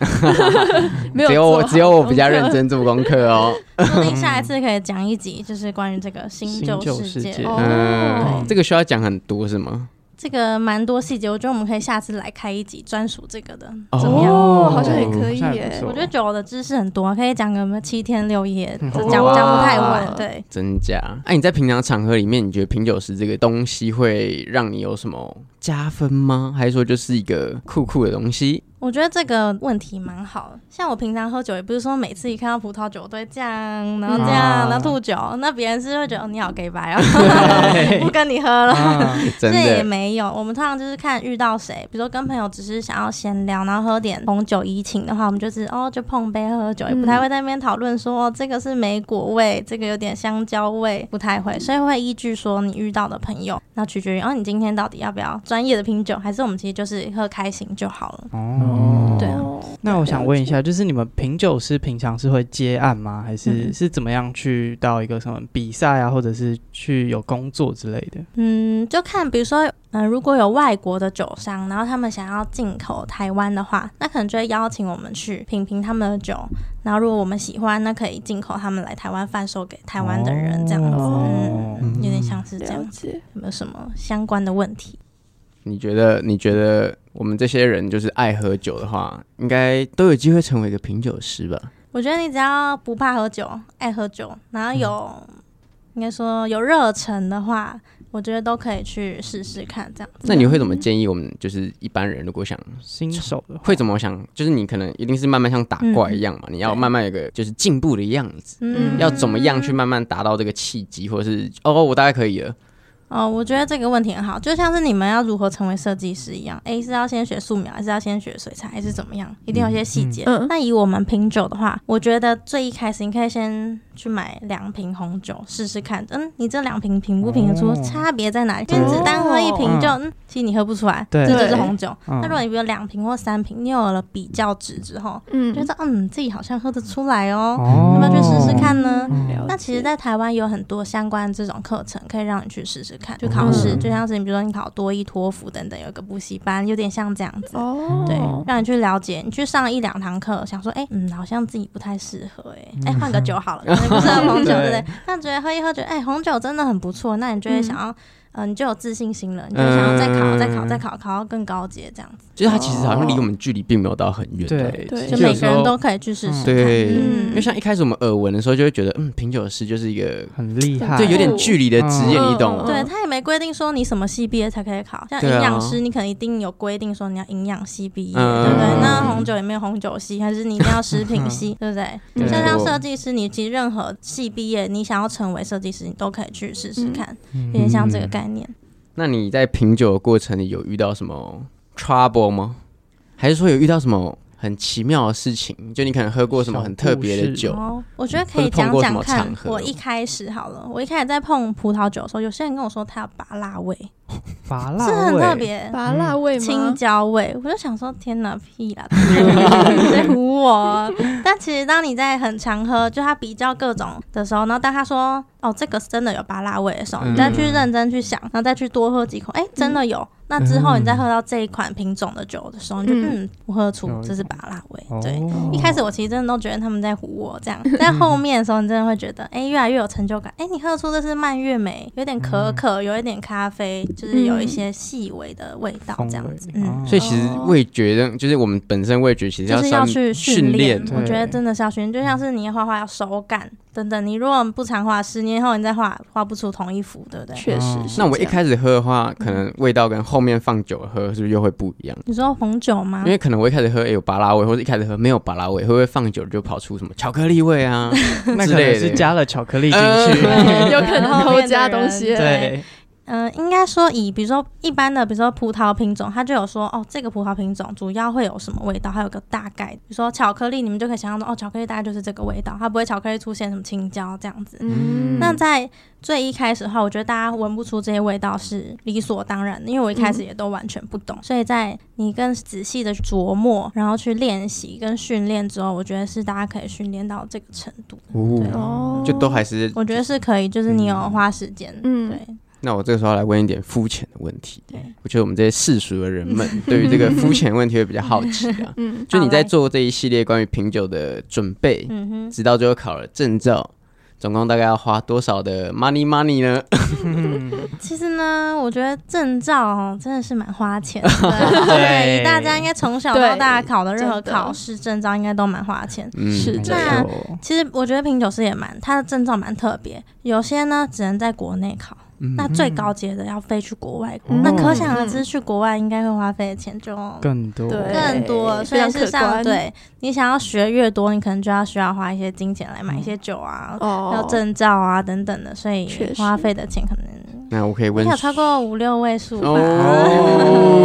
Speaker 3: 没有
Speaker 1: 只有我
Speaker 3: 做好
Speaker 1: 只有我比较认
Speaker 3: 功 课，
Speaker 1: 真做功课哦。
Speaker 4: 说不定下一次可以讲一集，就是关于这个新旧世
Speaker 2: 新旧世
Speaker 4: 界
Speaker 2: 界
Speaker 4: 的，
Speaker 2: 哦
Speaker 1: 嗯，这个需要讲很多是吗？
Speaker 4: 这个蛮多细节，我觉得我们可以下次来开一集专属这个的。
Speaker 3: 怎么样？哦，好像也可以耶，
Speaker 4: 我觉得酒的知识很多，可以讲个什么七天六夜，
Speaker 2: 嗯
Speaker 4: 这讲
Speaker 3: 哇
Speaker 4: 讲不太完。对，
Speaker 1: 真假？哎、你在平常场合里面，你觉得品酒师这个东西会让你有什么加分吗？还是说就是一个酷酷的东西？
Speaker 4: 我觉得这个问题蛮好的，像我平常喝酒，也不是说每次一看到葡萄酒我都会这样，然后这样，
Speaker 2: 嗯
Speaker 4: 然后吐酒，那别人是会觉得哦你好 gay 白 哦，不跟你喝了。
Speaker 2: 啊，
Speaker 1: 真
Speaker 4: 这也
Speaker 1: 的，
Speaker 4: 没有，我们通常就是看遇到谁，比如说跟朋友只是想要闲聊，然后喝点红酒怡情的话，我们就是哦就碰杯喝喝酒，也不太会在那边讨论说、哦这个是莓果味，这个有点香蕉味，不太
Speaker 1: 嗯
Speaker 4: 会，所以会依据说你遇到的朋友，那取决于哦你今天到底要不要专业的品酒，还是我们其实就是喝开心就好了。
Speaker 2: 哦，
Speaker 4: 对啊
Speaker 3: 哦
Speaker 2: 那我想问一下，就是你们品酒师平常是会接案吗？还是
Speaker 4: 嗯
Speaker 2: 是怎么样去到一个什么比赛啊，或者是去有工作之类的？
Speaker 4: 嗯，就看，比如说，呃，如果有外国的酒商，然后他们想要进口台湾的话，那可能就会邀请我们去品评他们的酒，然后如果我们喜欢，那可以进口他们来台湾贩售给台湾的人，这样子，嗯，
Speaker 2: 哦
Speaker 1: 嗯
Speaker 4: 有点像是这
Speaker 3: 了
Speaker 4: 样，
Speaker 3: 解，
Speaker 4: 有没有什么相关的问题？
Speaker 1: 你觉得？你觉得我们这些人就是爱喝酒的话，应该都有机会成为一个品酒师吧？
Speaker 4: 我觉得你只要不怕喝酒，爱喝酒，然后有，应该说有热忱的话，我觉得都可以去试试看，这样子。
Speaker 1: 那你会怎么建议我们就是一般人，如果想
Speaker 2: 新手的话
Speaker 1: 会怎么想？就是你可能一定是慢慢像打怪一样嘛，你要慢慢有个就是进步的样子，
Speaker 2: 嗯
Speaker 1: 要怎么样去慢慢达到这个契机，或者是哦，我大概可以了，
Speaker 4: 哦，我觉得这个问题很好，就像是你们要如何成为设计师一样，A 是要先学素描，还是要先学水彩，还是怎么样？一定有一些细节。
Speaker 3: 嗯嗯
Speaker 4: 那以我们品酒的话，我觉得最一开始你可以先去买两瓶红酒试试看，嗯，你这两瓶品不品得出
Speaker 2: 哦
Speaker 4: 差别在哪里？因为你只单喝一瓶就，嗯，其实你喝不出来，
Speaker 2: 对
Speaker 4: 这就是红酒。
Speaker 2: 嗯
Speaker 4: 那如果你比如两瓶或三瓶，你有了比较值之后，
Speaker 3: 嗯，
Speaker 4: 觉得嗯自己好像喝得出来哦，
Speaker 2: 哦
Speaker 4: 要不要去试试看呢？
Speaker 2: 嗯
Speaker 3: 了解
Speaker 4: 那其实，在台湾有很多相关的这种课程，可以让你去试试看，去考试，
Speaker 2: 嗯
Speaker 4: 就像是你比如说你考多益、托福等等，有一个补习班，有点像这样子。
Speaker 3: 哦，
Speaker 4: 对，让你去了解，你去上一两堂课，想说，哎、嗯，好像自己不太适合、哎，哎，换个酒好了，可能不适合红酒，对不对？那觉得喝一喝，觉得哎、红酒真的很不错，那你就会想要，嗯、你就有自信心了，你就会想要再考、再考、再考，考到更高阶这样子，
Speaker 1: 就是它其实好像离我们距离并没有到很远。，
Speaker 2: 对
Speaker 3: 对
Speaker 2: 其
Speaker 4: 就
Speaker 2: 实
Speaker 4: 每
Speaker 2: 有时
Speaker 4: 个人
Speaker 2: 候
Speaker 4: 都可以去试试看。
Speaker 1: 对
Speaker 4: 嗯
Speaker 1: 因为像一开始我们耳闻的时候，就会觉得嗯，品酒师就是一个
Speaker 2: 很厉害，
Speaker 1: 就有点
Speaker 3: 哦
Speaker 1: 距离的职业，啊
Speaker 3: 嗯
Speaker 1: 你懂吗？
Speaker 4: 对他也没规定说你什么系毕业才可以考，像
Speaker 1: 对啊
Speaker 4: 营养师，你可能一定有规定说你要营养系毕业，
Speaker 1: 嗯
Speaker 4: 对不对
Speaker 2: 嗯？
Speaker 4: 那红酒也没有红酒系，还是你一定要食 品系，对不对？
Speaker 1: 没
Speaker 4: 像像
Speaker 1: 错
Speaker 4: 设计师，你其实任何系毕业，你想要成为设计师，你都可以去试试看，
Speaker 1: 嗯
Speaker 4: 有点像这个概念。
Speaker 1: 那你在品酒的过程里有遇到什么 trouble 吗？还是说有遇到什么很奇妙的事情？就你可能喝过什么很特别的酒？
Speaker 4: 哦，我觉得可以
Speaker 1: 或者碰
Speaker 4: 讲
Speaker 1: 过什
Speaker 4: 讲
Speaker 1: 么
Speaker 4: 看
Speaker 1: 场。合
Speaker 4: 我一开始好了，我一开始在碰葡萄酒的时候，有些人跟我说他有拔辣味，
Speaker 2: 拔
Speaker 4: 是
Speaker 2: 辣
Speaker 4: 很
Speaker 2: 味，
Speaker 4: 特别。
Speaker 3: 拔辣味
Speaker 4: 青
Speaker 3: 吗？
Speaker 4: 椒味，我就想说 天哪，屁啦，你在唬我。但其实当你在很常喝，就他比较各种的时候，然后当他说哦这个是真的有巴辣味的时候，
Speaker 1: 嗯
Speaker 4: 你再去认真去想，然后再去多喝几口，
Speaker 3: 嗯
Speaker 4: 哎、真的有。那之后你再喝到这一款品种的酒的时候，你就
Speaker 3: 嗯
Speaker 4: 嗯，我喝得出
Speaker 2: 有一
Speaker 4: 这是巴辣味，
Speaker 2: 哦
Speaker 4: 对。一开始我其实真的都觉得他们在唬我 这样，但后面的时候你真的会觉得，哎、越来越有成就感。哎、你喝得出这是蔓越莓，有点可
Speaker 3: 嗯
Speaker 4: 可，有一点咖啡，就是有一些细微的味道
Speaker 2: 风
Speaker 4: 这样
Speaker 2: 味
Speaker 4: 子。嗯，
Speaker 2: 哦
Speaker 1: 所以其实味觉的，就是我们本身味觉其实
Speaker 4: 就是
Speaker 1: 稍
Speaker 4: 要
Speaker 1: 微
Speaker 4: 去
Speaker 1: 训
Speaker 4: 练，我
Speaker 2: 对
Speaker 4: 觉得真的是要训练，就像是你画画要手感等等，你如果不常画，十年后你再画，画不出同一幅，对不对？
Speaker 3: 确实
Speaker 1: 哦
Speaker 3: 是这
Speaker 1: 那
Speaker 3: 样，
Speaker 1: 我一开始喝的话，可能味道跟后面放酒喝是不是又会不一样？
Speaker 4: 你说红酒吗
Speaker 1: 因？为可能我一开始喝哎诶有巴拉味，或者一开始喝没有巴拉味，会不会放久了就跑出什么巧克力味 啊
Speaker 2: 那
Speaker 1: 之
Speaker 2: 可能
Speaker 1: 类
Speaker 2: 是
Speaker 1: 的？
Speaker 2: 加了巧克力进
Speaker 1: 嗯
Speaker 2: 去，
Speaker 3: 有可能偷加东西
Speaker 4: 对
Speaker 2: 对，
Speaker 4: 嗯、应该说以比如说一般的，比如说葡萄品种，它就有说哦，这个葡萄品种主要会有什么味道，还有个大概。比如说巧克力，你们就可以想象到哦，巧克力大概就是这个味道，它不会巧克力出现什么青椒这样子。
Speaker 3: 嗯，
Speaker 4: 那在最一开始的话，我觉得大家闻不出这些味道是理所当然的，因为我一开始也都完全不
Speaker 3: 嗯
Speaker 4: 懂，所以在你更仔细的琢磨，然后去练习跟训练之后，我觉得是大家可以训练到这个程度。
Speaker 1: 哦，
Speaker 3: 哦，
Speaker 1: 就都还是
Speaker 4: 我觉得是可以，就是你有花时间，
Speaker 3: 嗯
Speaker 4: 对，
Speaker 1: 那我这个时候来问一点肤浅的问题
Speaker 4: 对。
Speaker 1: 我觉得我们这些世俗的人们 对于这个肤浅问题会比较好奇啊。
Speaker 3: 嗯
Speaker 1: 就你
Speaker 4: 好
Speaker 1: 在
Speaker 4: 来
Speaker 1: 做这一系列关于品酒的准备，
Speaker 4: 嗯哼。
Speaker 1: 直到最后考了证照，总共大概要花多少的 money money 呢？
Speaker 4: 其实呢，我觉得证照哦真的是蛮花钱的，对，大家应该从小到大考的任何考试证照应该都蛮花钱。
Speaker 1: 嗯，
Speaker 3: 是这
Speaker 4: 样
Speaker 2: 哦
Speaker 4: 其实我觉得品酒师也蛮，他的证照蛮特别，有些呢只能在国内考，
Speaker 1: 嗯
Speaker 4: 那最高阶的要飞去国外，
Speaker 2: 嗯
Speaker 4: 那可想而知，去国外应该会花费的钱就
Speaker 2: 更多
Speaker 3: 对
Speaker 4: 更多。所
Speaker 3: 非
Speaker 4: 以
Speaker 3: 常
Speaker 4: 事实
Speaker 3: 可
Speaker 4: 上，
Speaker 3: 观
Speaker 4: 对你想要学越多，你可能就要需要花一些金钱来买一些酒啊、
Speaker 3: 哦，
Speaker 4: 要证照啊等等的，所以
Speaker 3: 确实
Speaker 4: 花费的钱可能
Speaker 1: 那我可以
Speaker 4: 应
Speaker 1: 问
Speaker 4: 该有超过五六位数吧。
Speaker 1: 哦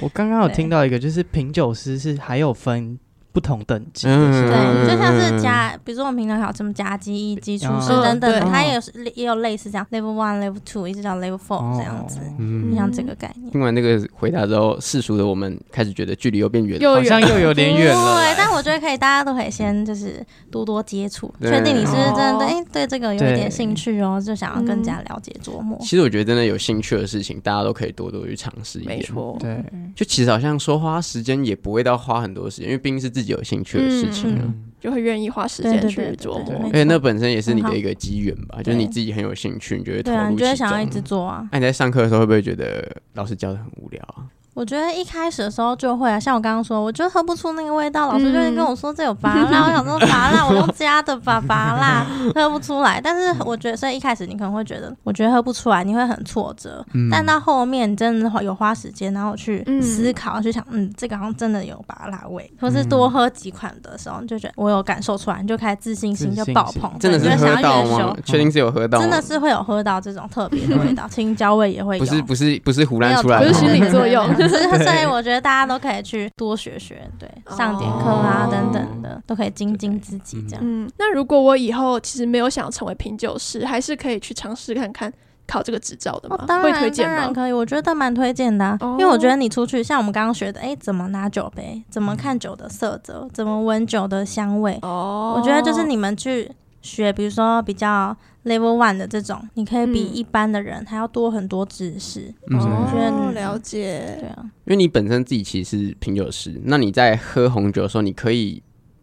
Speaker 2: 我刚刚有
Speaker 4: 对
Speaker 2: 听到一个，就是品酒师是还有分不同等级的，是
Speaker 1: 嗯
Speaker 2: 吧
Speaker 4: 对，就像是家，比如说我们平常考什么家机、一级、厨师
Speaker 2: 嗯
Speaker 4: 等等的，
Speaker 3: 哦对
Speaker 4: 它也有也有类似这样 level one、level two 一直到 level four 这样子，
Speaker 1: 嗯
Speaker 4: 就，像这个概念。
Speaker 1: 听完这个回答之后，世俗的我们开始觉得距离又变远了。
Speaker 3: 又
Speaker 2: 好像
Speaker 3: 远
Speaker 2: 又有点远了
Speaker 4: 对，
Speaker 2: 欸。
Speaker 4: 但我觉得可以，大家都可以先就是多多接触，
Speaker 1: 对
Speaker 4: 确定你是不是真的
Speaker 3: 哦
Speaker 4: 对哎对这个有一点兴趣哦，就想要更加了解琢磨。
Speaker 1: 其实我觉得真的有兴趣的事情，大家都可以多多去尝试一点。
Speaker 3: 没错，
Speaker 2: 对，
Speaker 1: 就其实好像说花时间也不会到花很多时间，因为毕竟是自己有兴趣的事情啊。
Speaker 2: 嗯
Speaker 3: 就会愿意花时
Speaker 4: 对
Speaker 3: 间
Speaker 4: 对
Speaker 3: 去
Speaker 4: 对对
Speaker 3: 琢
Speaker 4: 对
Speaker 3: 磨
Speaker 1: 而
Speaker 4: 没。
Speaker 1: 且
Speaker 4: 错
Speaker 1: 哎那本身也是你的
Speaker 4: 很好
Speaker 1: 一个机缘吧，就是你自己很有兴趣，你就会投
Speaker 4: 对啊，
Speaker 1: 入
Speaker 4: 你就会
Speaker 1: 其
Speaker 4: 想要一
Speaker 1: 中。
Speaker 4: 直做啊。
Speaker 1: 那你在上课的时候会不会觉得老师教的很无聊啊？
Speaker 4: 我觉得一开始的时候就会啊，像我刚刚说，我就喝不出那个味道，老师就会跟我说这有拔辣，我想说拔辣，我用加的吧，拔辣 喝不出来。但是我觉得，所以一开始你可能会觉得，我觉得喝不出来，你会很挫折。但到后面你真的有花时间，然后去
Speaker 3: 嗯
Speaker 4: 思考，去想，嗯，这个好像真的有拔辣味，或是多喝几款的时候，你就觉得我有感受出来，你就开始自信心就
Speaker 2: 自信
Speaker 4: 爆
Speaker 2: 心
Speaker 4: 棚，
Speaker 1: 真的
Speaker 4: 对
Speaker 1: 是
Speaker 4: 你
Speaker 1: 喝
Speaker 4: 就会想要
Speaker 1: 到
Speaker 4: 越
Speaker 1: 吗
Speaker 4: 修？？
Speaker 1: 确定是有喝到吗？
Speaker 4: 真的是会有喝到这种特别的味道，青椒味也会有。
Speaker 1: 不是不是不是胡乱出来
Speaker 3: 不
Speaker 1: 的
Speaker 3: 是
Speaker 1: 吗，
Speaker 3: 心理作用
Speaker 4: 所以所以我觉得大家都可以去多学学，对，上点课啊
Speaker 1: 哦
Speaker 4: 等等的，都可以精进自己这样。
Speaker 3: 嗯，那如果我以后其实没有想成为品酒师，还是可以去尝试看看考这个执照的
Speaker 4: 哦
Speaker 3: 吗？，
Speaker 4: 当
Speaker 3: 会推
Speaker 4: 然
Speaker 3: 荐
Speaker 4: 当然
Speaker 3: 吗？
Speaker 4: 可以，我觉得蛮推荐的啊、
Speaker 3: 哦
Speaker 4: 因为我觉得你出去，像我们刚刚学的，哎，怎么拿酒杯，怎么看酒的色泽，怎么闻酒的香味，
Speaker 3: 哦
Speaker 4: 我觉得就是你们去学，比如说比较 level one 的这种，你可以比
Speaker 3: 嗯
Speaker 4: 一般的人还要多很多知识。
Speaker 1: 嗯
Speaker 3: 哦
Speaker 4: 我觉得嗯
Speaker 3: 了解，
Speaker 4: 对啊，
Speaker 1: 因为你本身自己其实是品酒师，那你在喝红酒的时候，你可以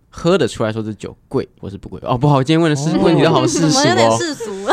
Speaker 1: 喝得出来说这酒贵或是不贵哦。不好，我今天问的是、
Speaker 2: 哦
Speaker 1: 问题都好世
Speaker 4: 怎
Speaker 1: 俗
Speaker 4: 么有点
Speaker 1: 哦，
Speaker 4: 世俗？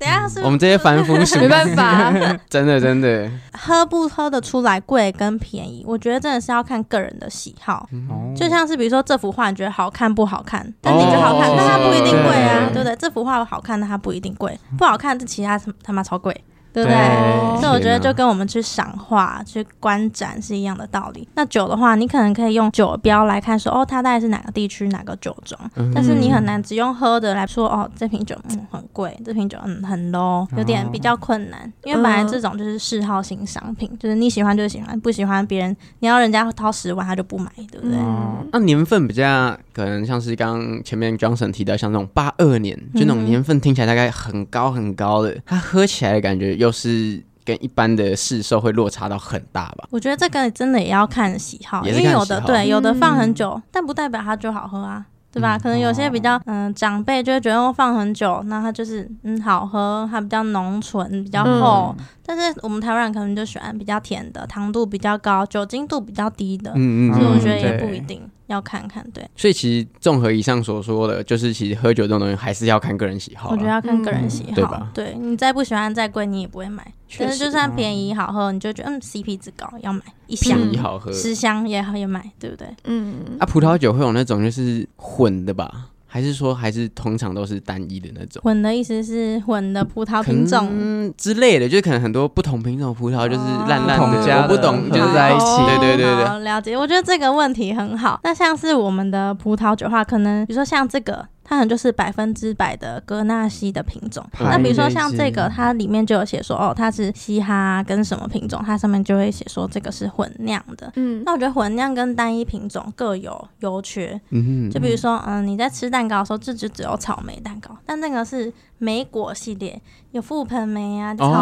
Speaker 4: 等一下是
Speaker 1: 我们这些 凡夫俗，
Speaker 3: 没办法，
Speaker 1: 真的真的，
Speaker 4: 喝不喝得出来贵跟便宜，我觉得真的是要看个人的喜好。
Speaker 2: 哦
Speaker 4: 就像是比如说这幅画，你觉得好看不好看，但你觉得好看，
Speaker 1: 哦
Speaker 4: 但它不一定贵啊，
Speaker 1: 对
Speaker 4: 对不对？这幅画好看，但它不一定贵，不好看，这其他他他妈超贵，对不对？
Speaker 2: 对
Speaker 4: 所以我觉
Speaker 1: 天
Speaker 4: 得
Speaker 1: 哪
Speaker 4: 就跟我们去赏画、去观展是一样的道理。那酒的话，你可能可以用酒标来看说，哦，它大概是哪个地区、哪个酒庄，
Speaker 1: 嗯
Speaker 4: 但是你很难只用喝的来说，哦，这瓶酒嗯很贵，这瓶酒嗯很 low，有
Speaker 1: 哦
Speaker 4: 点比较困难。因为本来这种就是嗜好型商品，就是你喜欢就喜欢，不喜欢别人你要人家掏十万他就不买，对
Speaker 1: 哦
Speaker 4: 不对？
Speaker 3: 嗯，
Speaker 1: 那年份比较可能像是刚刚前面 Johnson 提到，像这种八二年，就那种年份听起来大概很高很高的，它喝起来的感觉又是跟一般的市售会落差到很大吧？
Speaker 4: 我觉得这个真的也要看喜好，
Speaker 1: 也
Speaker 4: 因
Speaker 1: 是
Speaker 4: 为
Speaker 1: 看
Speaker 4: 有
Speaker 1: 喜
Speaker 4: 的
Speaker 1: 好嗯
Speaker 4: 对，有的放很
Speaker 3: 嗯
Speaker 4: 久，但不代表它就好喝啊，对吧？可能有些比较嗯、长辈就会觉得哦放很久，那它就是嗯好喝，它比较浓醇，比较厚。但是我们台湾人可能就喜欢比较甜的，糖度比较高，酒精度比较低的，
Speaker 1: 嗯
Speaker 4: 所以我
Speaker 2: 嗯
Speaker 4: 觉得也
Speaker 2: 对
Speaker 4: 不一定。要看看，对
Speaker 1: 所以其实综合以上所说的，就是其实喝酒这种东西还是要看个人喜好
Speaker 4: 我觉得
Speaker 1: 啦。
Speaker 4: 要看个人喜
Speaker 1: 嗯对
Speaker 4: 好
Speaker 1: 吧。
Speaker 4: 对你再不喜欢再贵，你也不会买。
Speaker 3: 确
Speaker 4: 但是就
Speaker 3: 实
Speaker 4: 算便宜好喝，你就觉得嗯 CP 值高要买一箱
Speaker 1: 便
Speaker 3: 嗯
Speaker 1: 宜好喝，
Speaker 4: 十箱也也买，对不对？
Speaker 3: 嗯
Speaker 1: 啊，葡萄酒会有那种就是混的吧？还是说还是通常都是单一的那种？
Speaker 4: 混的意思是混的葡萄啊品种，
Speaker 1: 嗯之类的，就是可能很多不同品种的葡萄就是烂烂
Speaker 2: 不同
Speaker 1: 的，
Speaker 2: 家
Speaker 1: 我不
Speaker 2: 的哦
Speaker 1: 懂，
Speaker 2: 合
Speaker 1: 就是
Speaker 2: 在
Speaker 4: 哦
Speaker 2: 一起
Speaker 1: 对对对对
Speaker 4: 好了解。我觉得这个问题很好。那像是我们的葡萄酒的话，可能比如说像这个，它可能就是百分之百的格纳西的品种。
Speaker 2: 嗯
Speaker 4: 那比如说像这
Speaker 2: 嗯
Speaker 4: 个，它里面就有写说，哦，它是嘻哈跟什么品种，它上面就会写说这个是混酿的。
Speaker 3: 嗯
Speaker 4: 那我觉得混酿跟单一品种各有优缺，
Speaker 1: 嗯
Speaker 4: 就比如说，嗯，你在吃蛋糕的时候，这就只有草莓蛋糕，但那个是莓果系列，有覆盆莓啊、草莓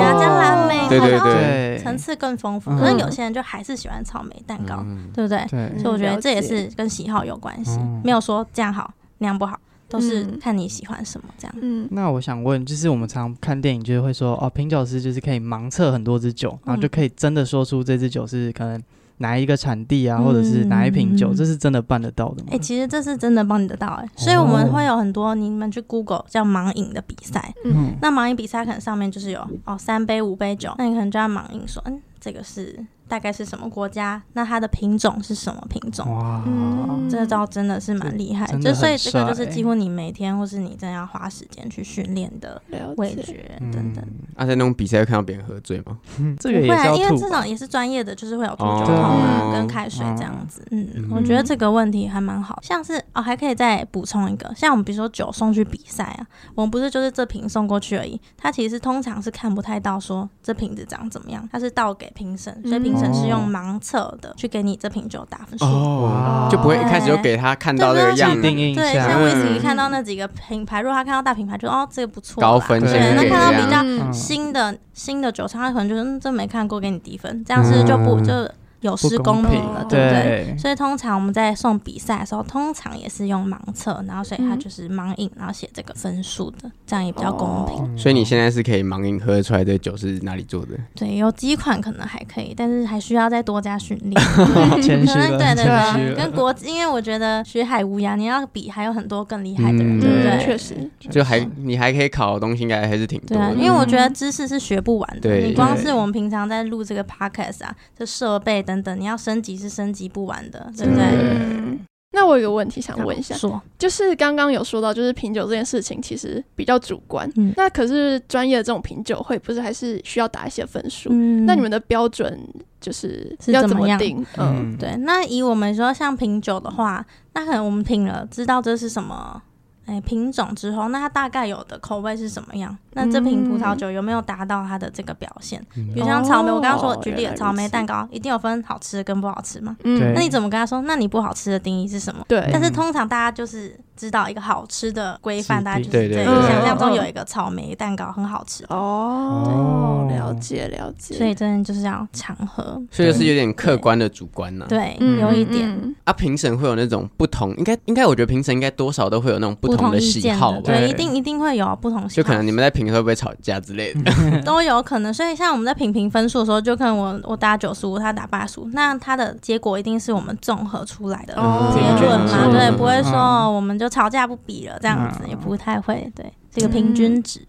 Speaker 4: 啊、
Speaker 1: 哦
Speaker 4: 加蓝莓，
Speaker 1: 对对
Speaker 4: 好像
Speaker 2: 对
Speaker 4: 层次更丰富。
Speaker 2: 嗯
Speaker 4: 可是有些人就还是喜欢草莓蛋糕，
Speaker 1: 嗯
Speaker 4: 对不对？
Speaker 2: 对
Speaker 3: 嗯
Speaker 4: 所以我觉得
Speaker 3: 了
Speaker 4: 这也
Speaker 3: 解
Speaker 4: 是跟喜好有关系，
Speaker 2: 哦
Speaker 4: 没有说这样好那样不好，都是
Speaker 3: 嗯
Speaker 4: 看你喜欢什么这样。
Speaker 3: 嗯
Speaker 2: 那我想问，就是我们常看电影，就是会说哦，品酒师就是可以盲测很多支酒，然后就可以真的说出这支酒是可能哪一个产地啊，或者是哪一瓶酒，
Speaker 4: 嗯
Speaker 2: 这是真的办得到的吗
Speaker 4: 哎、？其实这是真的帮你得到哎、所以我
Speaker 2: 哦
Speaker 4: 们会有很多你们去 Google 叫盲饮的比赛，
Speaker 3: 嗯
Speaker 4: 那盲饮比赛可能上面就是有哦三杯五杯酒，那你可能就要盲饮说，嗯，这这个是大概是什么国家，那它的品种是什么品种。
Speaker 2: 哇，
Speaker 3: 嗯
Speaker 4: 这招真的是蛮厉害，
Speaker 2: 真的
Speaker 4: 就所以
Speaker 2: 很
Speaker 4: 这个就
Speaker 2: 帅欸
Speaker 4: 是几乎你每天或是你真的要花时间去训练的
Speaker 3: 了
Speaker 4: 味
Speaker 3: 解，
Speaker 4: 觉等等。
Speaker 1: 啊，在那种比赛会看到别人喝醉吗？
Speaker 2: 这个也
Speaker 4: 不会
Speaker 2: 是
Speaker 4: 啊，
Speaker 2: 要
Speaker 4: 因为
Speaker 2: 吐
Speaker 4: 这
Speaker 2: 吧
Speaker 4: 种也是专业的，就是会有吐
Speaker 1: 哦
Speaker 4: 酒桶啊、
Speaker 2: 对
Speaker 4: 跟开水这样子。嗯
Speaker 1: 嗯，
Speaker 4: 我觉得这个问题还蛮好，像是哦，还可以再补充一个，像我们比如说酒送去比赛啊，我们不是就是这瓶送过去而已，它其实通常是看不太到说这瓶子长怎么样，它是倒给评审，所以评审是
Speaker 1: 嗯
Speaker 4: 用盲测的去给你这瓶酒打分数。
Speaker 1: 哦
Speaker 2: 哇
Speaker 1: 就不会一开始就给他看到这个样
Speaker 2: 既定
Speaker 1: 子，
Speaker 2: 印
Speaker 4: 对，
Speaker 2: 象
Speaker 4: 像威士忌
Speaker 1: 嗯
Speaker 4: 看到那几个品牌，如果他看到大品牌就，哦，这个不错啦，
Speaker 1: 高分
Speaker 4: 对
Speaker 1: 先
Speaker 2: 先，
Speaker 4: 那
Speaker 1: 给
Speaker 4: 看
Speaker 1: 这
Speaker 4: 到
Speaker 1: 样
Speaker 4: 比较
Speaker 3: 嗯
Speaker 4: 新的新的酒厂，他可能就是嗯，这没看过，给你低分，这样是不是就不、
Speaker 2: 嗯
Speaker 4: 就有
Speaker 2: 不
Speaker 4: 失
Speaker 2: 公
Speaker 4: 公
Speaker 2: 平
Speaker 4: 平啊了，对不对？
Speaker 2: 对，
Speaker 4: 所以通常我们在送比赛的时候，通常也是用盲测，然后所以它就是盲饮，然后写这个分数的，这样也比较公平。
Speaker 2: 嗯
Speaker 1: 所以你现在是可以盲饮喝出来这酒是哪里做的，
Speaker 4: 对，有几款可能还可以，但是还需要再多加训 练。
Speaker 2: 谦虚
Speaker 4: 可能
Speaker 2: 了，
Speaker 4: 对对
Speaker 2: 谦虚了
Speaker 4: 对，跟 国际，因为我觉得学海无涯，你要比还有很多更厉害的人，
Speaker 1: 嗯
Speaker 4: 对不
Speaker 3: 嗯，
Speaker 4: 对？
Speaker 3: 确实，
Speaker 1: 就还你还可以考的东西应该还是挺多
Speaker 4: 对啊，
Speaker 1: 的。
Speaker 4: 因为我觉得知识是学不完的。
Speaker 1: 对
Speaker 4: 你光是我们平常在录这个 podcast 啊，这设备等等，你要升级是升级不完的，对
Speaker 1: 真
Speaker 4: 不对
Speaker 1: 的？
Speaker 3: 嗯，那我有个问题想
Speaker 4: 好
Speaker 3: 问一下，
Speaker 4: 说
Speaker 3: 就是刚刚有说到，就是品酒这件事情其实比较主观，
Speaker 4: 嗯
Speaker 3: 那可是专业的这种品酒会，不是还是需要打一些分数？
Speaker 4: 嗯
Speaker 3: 那你们的标准就是
Speaker 4: 是
Speaker 3: 要
Speaker 4: 怎
Speaker 3: 怎
Speaker 4: 么
Speaker 3: 么
Speaker 4: 样
Speaker 3: 定？嗯，
Speaker 2: 嗯，
Speaker 4: 对，那以我们说像品酒的话，那可能我们品了，知道这是什么。哎，品种之后，那它大概有的口味是什么样？那这瓶葡萄酒有没有达到它的这个表现？比如像草莓，我刚刚说
Speaker 3: 嗯哦
Speaker 4: 举例
Speaker 3: 原来
Speaker 4: 了
Speaker 3: 如
Speaker 4: 草莓
Speaker 3: 此
Speaker 4: 蛋糕，一定有分好吃跟不好吃嘛？
Speaker 2: 对
Speaker 4: 那你怎么跟他说？那你不好吃的定义是什么？
Speaker 3: 嗯对，
Speaker 1: 嗯
Speaker 4: 但是通常大家就是知道一个好吃的规范，
Speaker 2: 制定
Speaker 4: 大家就是
Speaker 1: 对对
Speaker 4: 这
Speaker 1: 对嗯
Speaker 4: 样。
Speaker 1: 对
Speaker 4: 想象中
Speaker 3: 嗯
Speaker 4: 有一个草莓蛋糕很好吃，
Speaker 3: 哦，
Speaker 2: 对
Speaker 3: 了解了解，
Speaker 4: 所以真的就是要常喝。
Speaker 1: 所以就是有点客观的主观呐、
Speaker 4: 对，
Speaker 2: 嗯
Speaker 4: 有一点。
Speaker 3: 嗯
Speaker 1: 啊，评审会有那种不同，应该应该，我觉得评审应该多少都会有那种不
Speaker 4: 不
Speaker 1: 同
Speaker 4: 意
Speaker 1: 喜
Speaker 4: 见
Speaker 1: 好吧，
Speaker 4: 对，
Speaker 2: 对
Speaker 4: 一定一定会有不同喜
Speaker 1: 就可
Speaker 4: 好
Speaker 1: 能，你们在评的时候会不会吵架之类的。
Speaker 4: 都有可能。所以像我们在评评分数的时候，就可能我我打九十五，他打八十五，那他的结果一定是我们综合出来的
Speaker 3: 哦
Speaker 4: 结论嘛，
Speaker 1: 平均值
Speaker 4: 对，不会说
Speaker 2: 嗯
Speaker 4: 哦我们就吵架不比了这样子，
Speaker 2: 嗯
Speaker 4: 也不太会，对，
Speaker 1: 嗯
Speaker 4: 这个平均值。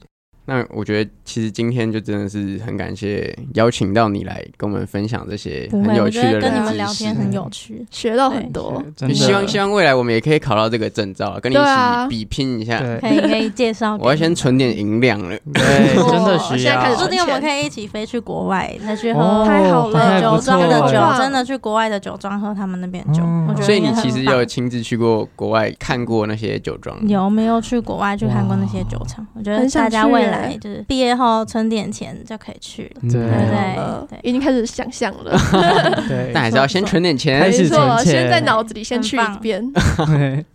Speaker 1: 那我觉得其实今天就真的是很感谢邀请到你来跟我们分享这些
Speaker 4: 不
Speaker 1: 很
Speaker 4: 会，
Speaker 1: 有
Speaker 4: 我
Speaker 1: 趣的
Speaker 4: 觉得
Speaker 1: 人
Speaker 4: 跟你们
Speaker 1: 知
Speaker 4: 聊天
Speaker 1: 识
Speaker 4: 很有趣。
Speaker 3: 学到很多，
Speaker 2: 真的
Speaker 1: 希望希望未来我们也可以考到这个证照，跟你一
Speaker 3: 对啊
Speaker 1: 起比拼一下。
Speaker 2: 对
Speaker 4: 可以可以介绍给你们。
Speaker 1: 我要先存点银两了。
Speaker 2: 对，
Speaker 3: 哦
Speaker 2: 真的
Speaker 3: 现
Speaker 2: 需
Speaker 3: 在开
Speaker 2: 要
Speaker 3: 始
Speaker 4: 说不
Speaker 3: 做
Speaker 4: 定我们
Speaker 3: 存钱
Speaker 4: 可以一起飞去国外，再去
Speaker 2: 哦
Speaker 4: 喝
Speaker 3: 太好了
Speaker 4: 酒庄的
Speaker 2: 不错
Speaker 4: 酒，
Speaker 3: 哇
Speaker 4: 真的去国外的酒庄喝他们那边的酒
Speaker 2: 嗯，
Speaker 4: 我觉 得
Speaker 1: 所以
Speaker 4: 应该
Speaker 1: 你其
Speaker 4: 很
Speaker 1: 实
Speaker 4: 棒
Speaker 1: 有亲自去过国外看过那些酒庄，
Speaker 4: 有没有去国外去看过那些酒厂？我觉得
Speaker 3: 很想
Speaker 4: 大家
Speaker 3: 去
Speaker 4: 未
Speaker 3: 耶
Speaker 4: 来就是毕业后存点钱就可以去了。
Speaker 2: 对
Speaker 4: 对不
Speaker 3: 好
Speaker 4: 对
Speaker 3: 了
Speaker 4: 对
Speaker 3: 呃已经开始想象了，
Speaker 2: 对
Speaker 1: 但还是要先存点
Speaker 2: 开
Speaker 1: 钱
Speaker 2: 始。
Speaker 3: 没错，
Speaker 2: 存钱
Speaker 3: 先在脑子里先
Speaker 4: 很
Speaker 3: 去
Speaker 4: 棒
Speaker 3: 一遍，
Speaker 2: 对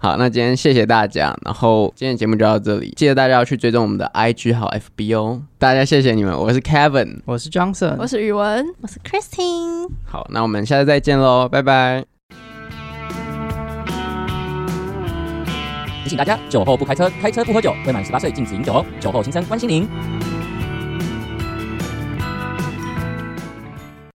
Speaker 1: 好，那今天谢谢大家，然后今天的节目就到这里，记得大家要去追踪我们的 IG 好 FB 哦。大家谢谢你们，我是 Kevin，
Speaker 2: 我是
Speaker 3: 我
Speaker 2: Johnson，
Speaker 3: 是语文。
Speaker 4: 我是 Christine。
Speaker 1: 好，那我们下次再见喽，拜拜。
Speaker 5: 提醒大家，酒后不开车，开车不喝酒。未满十八岁禁止饮酒哦。酒后心生观心灵。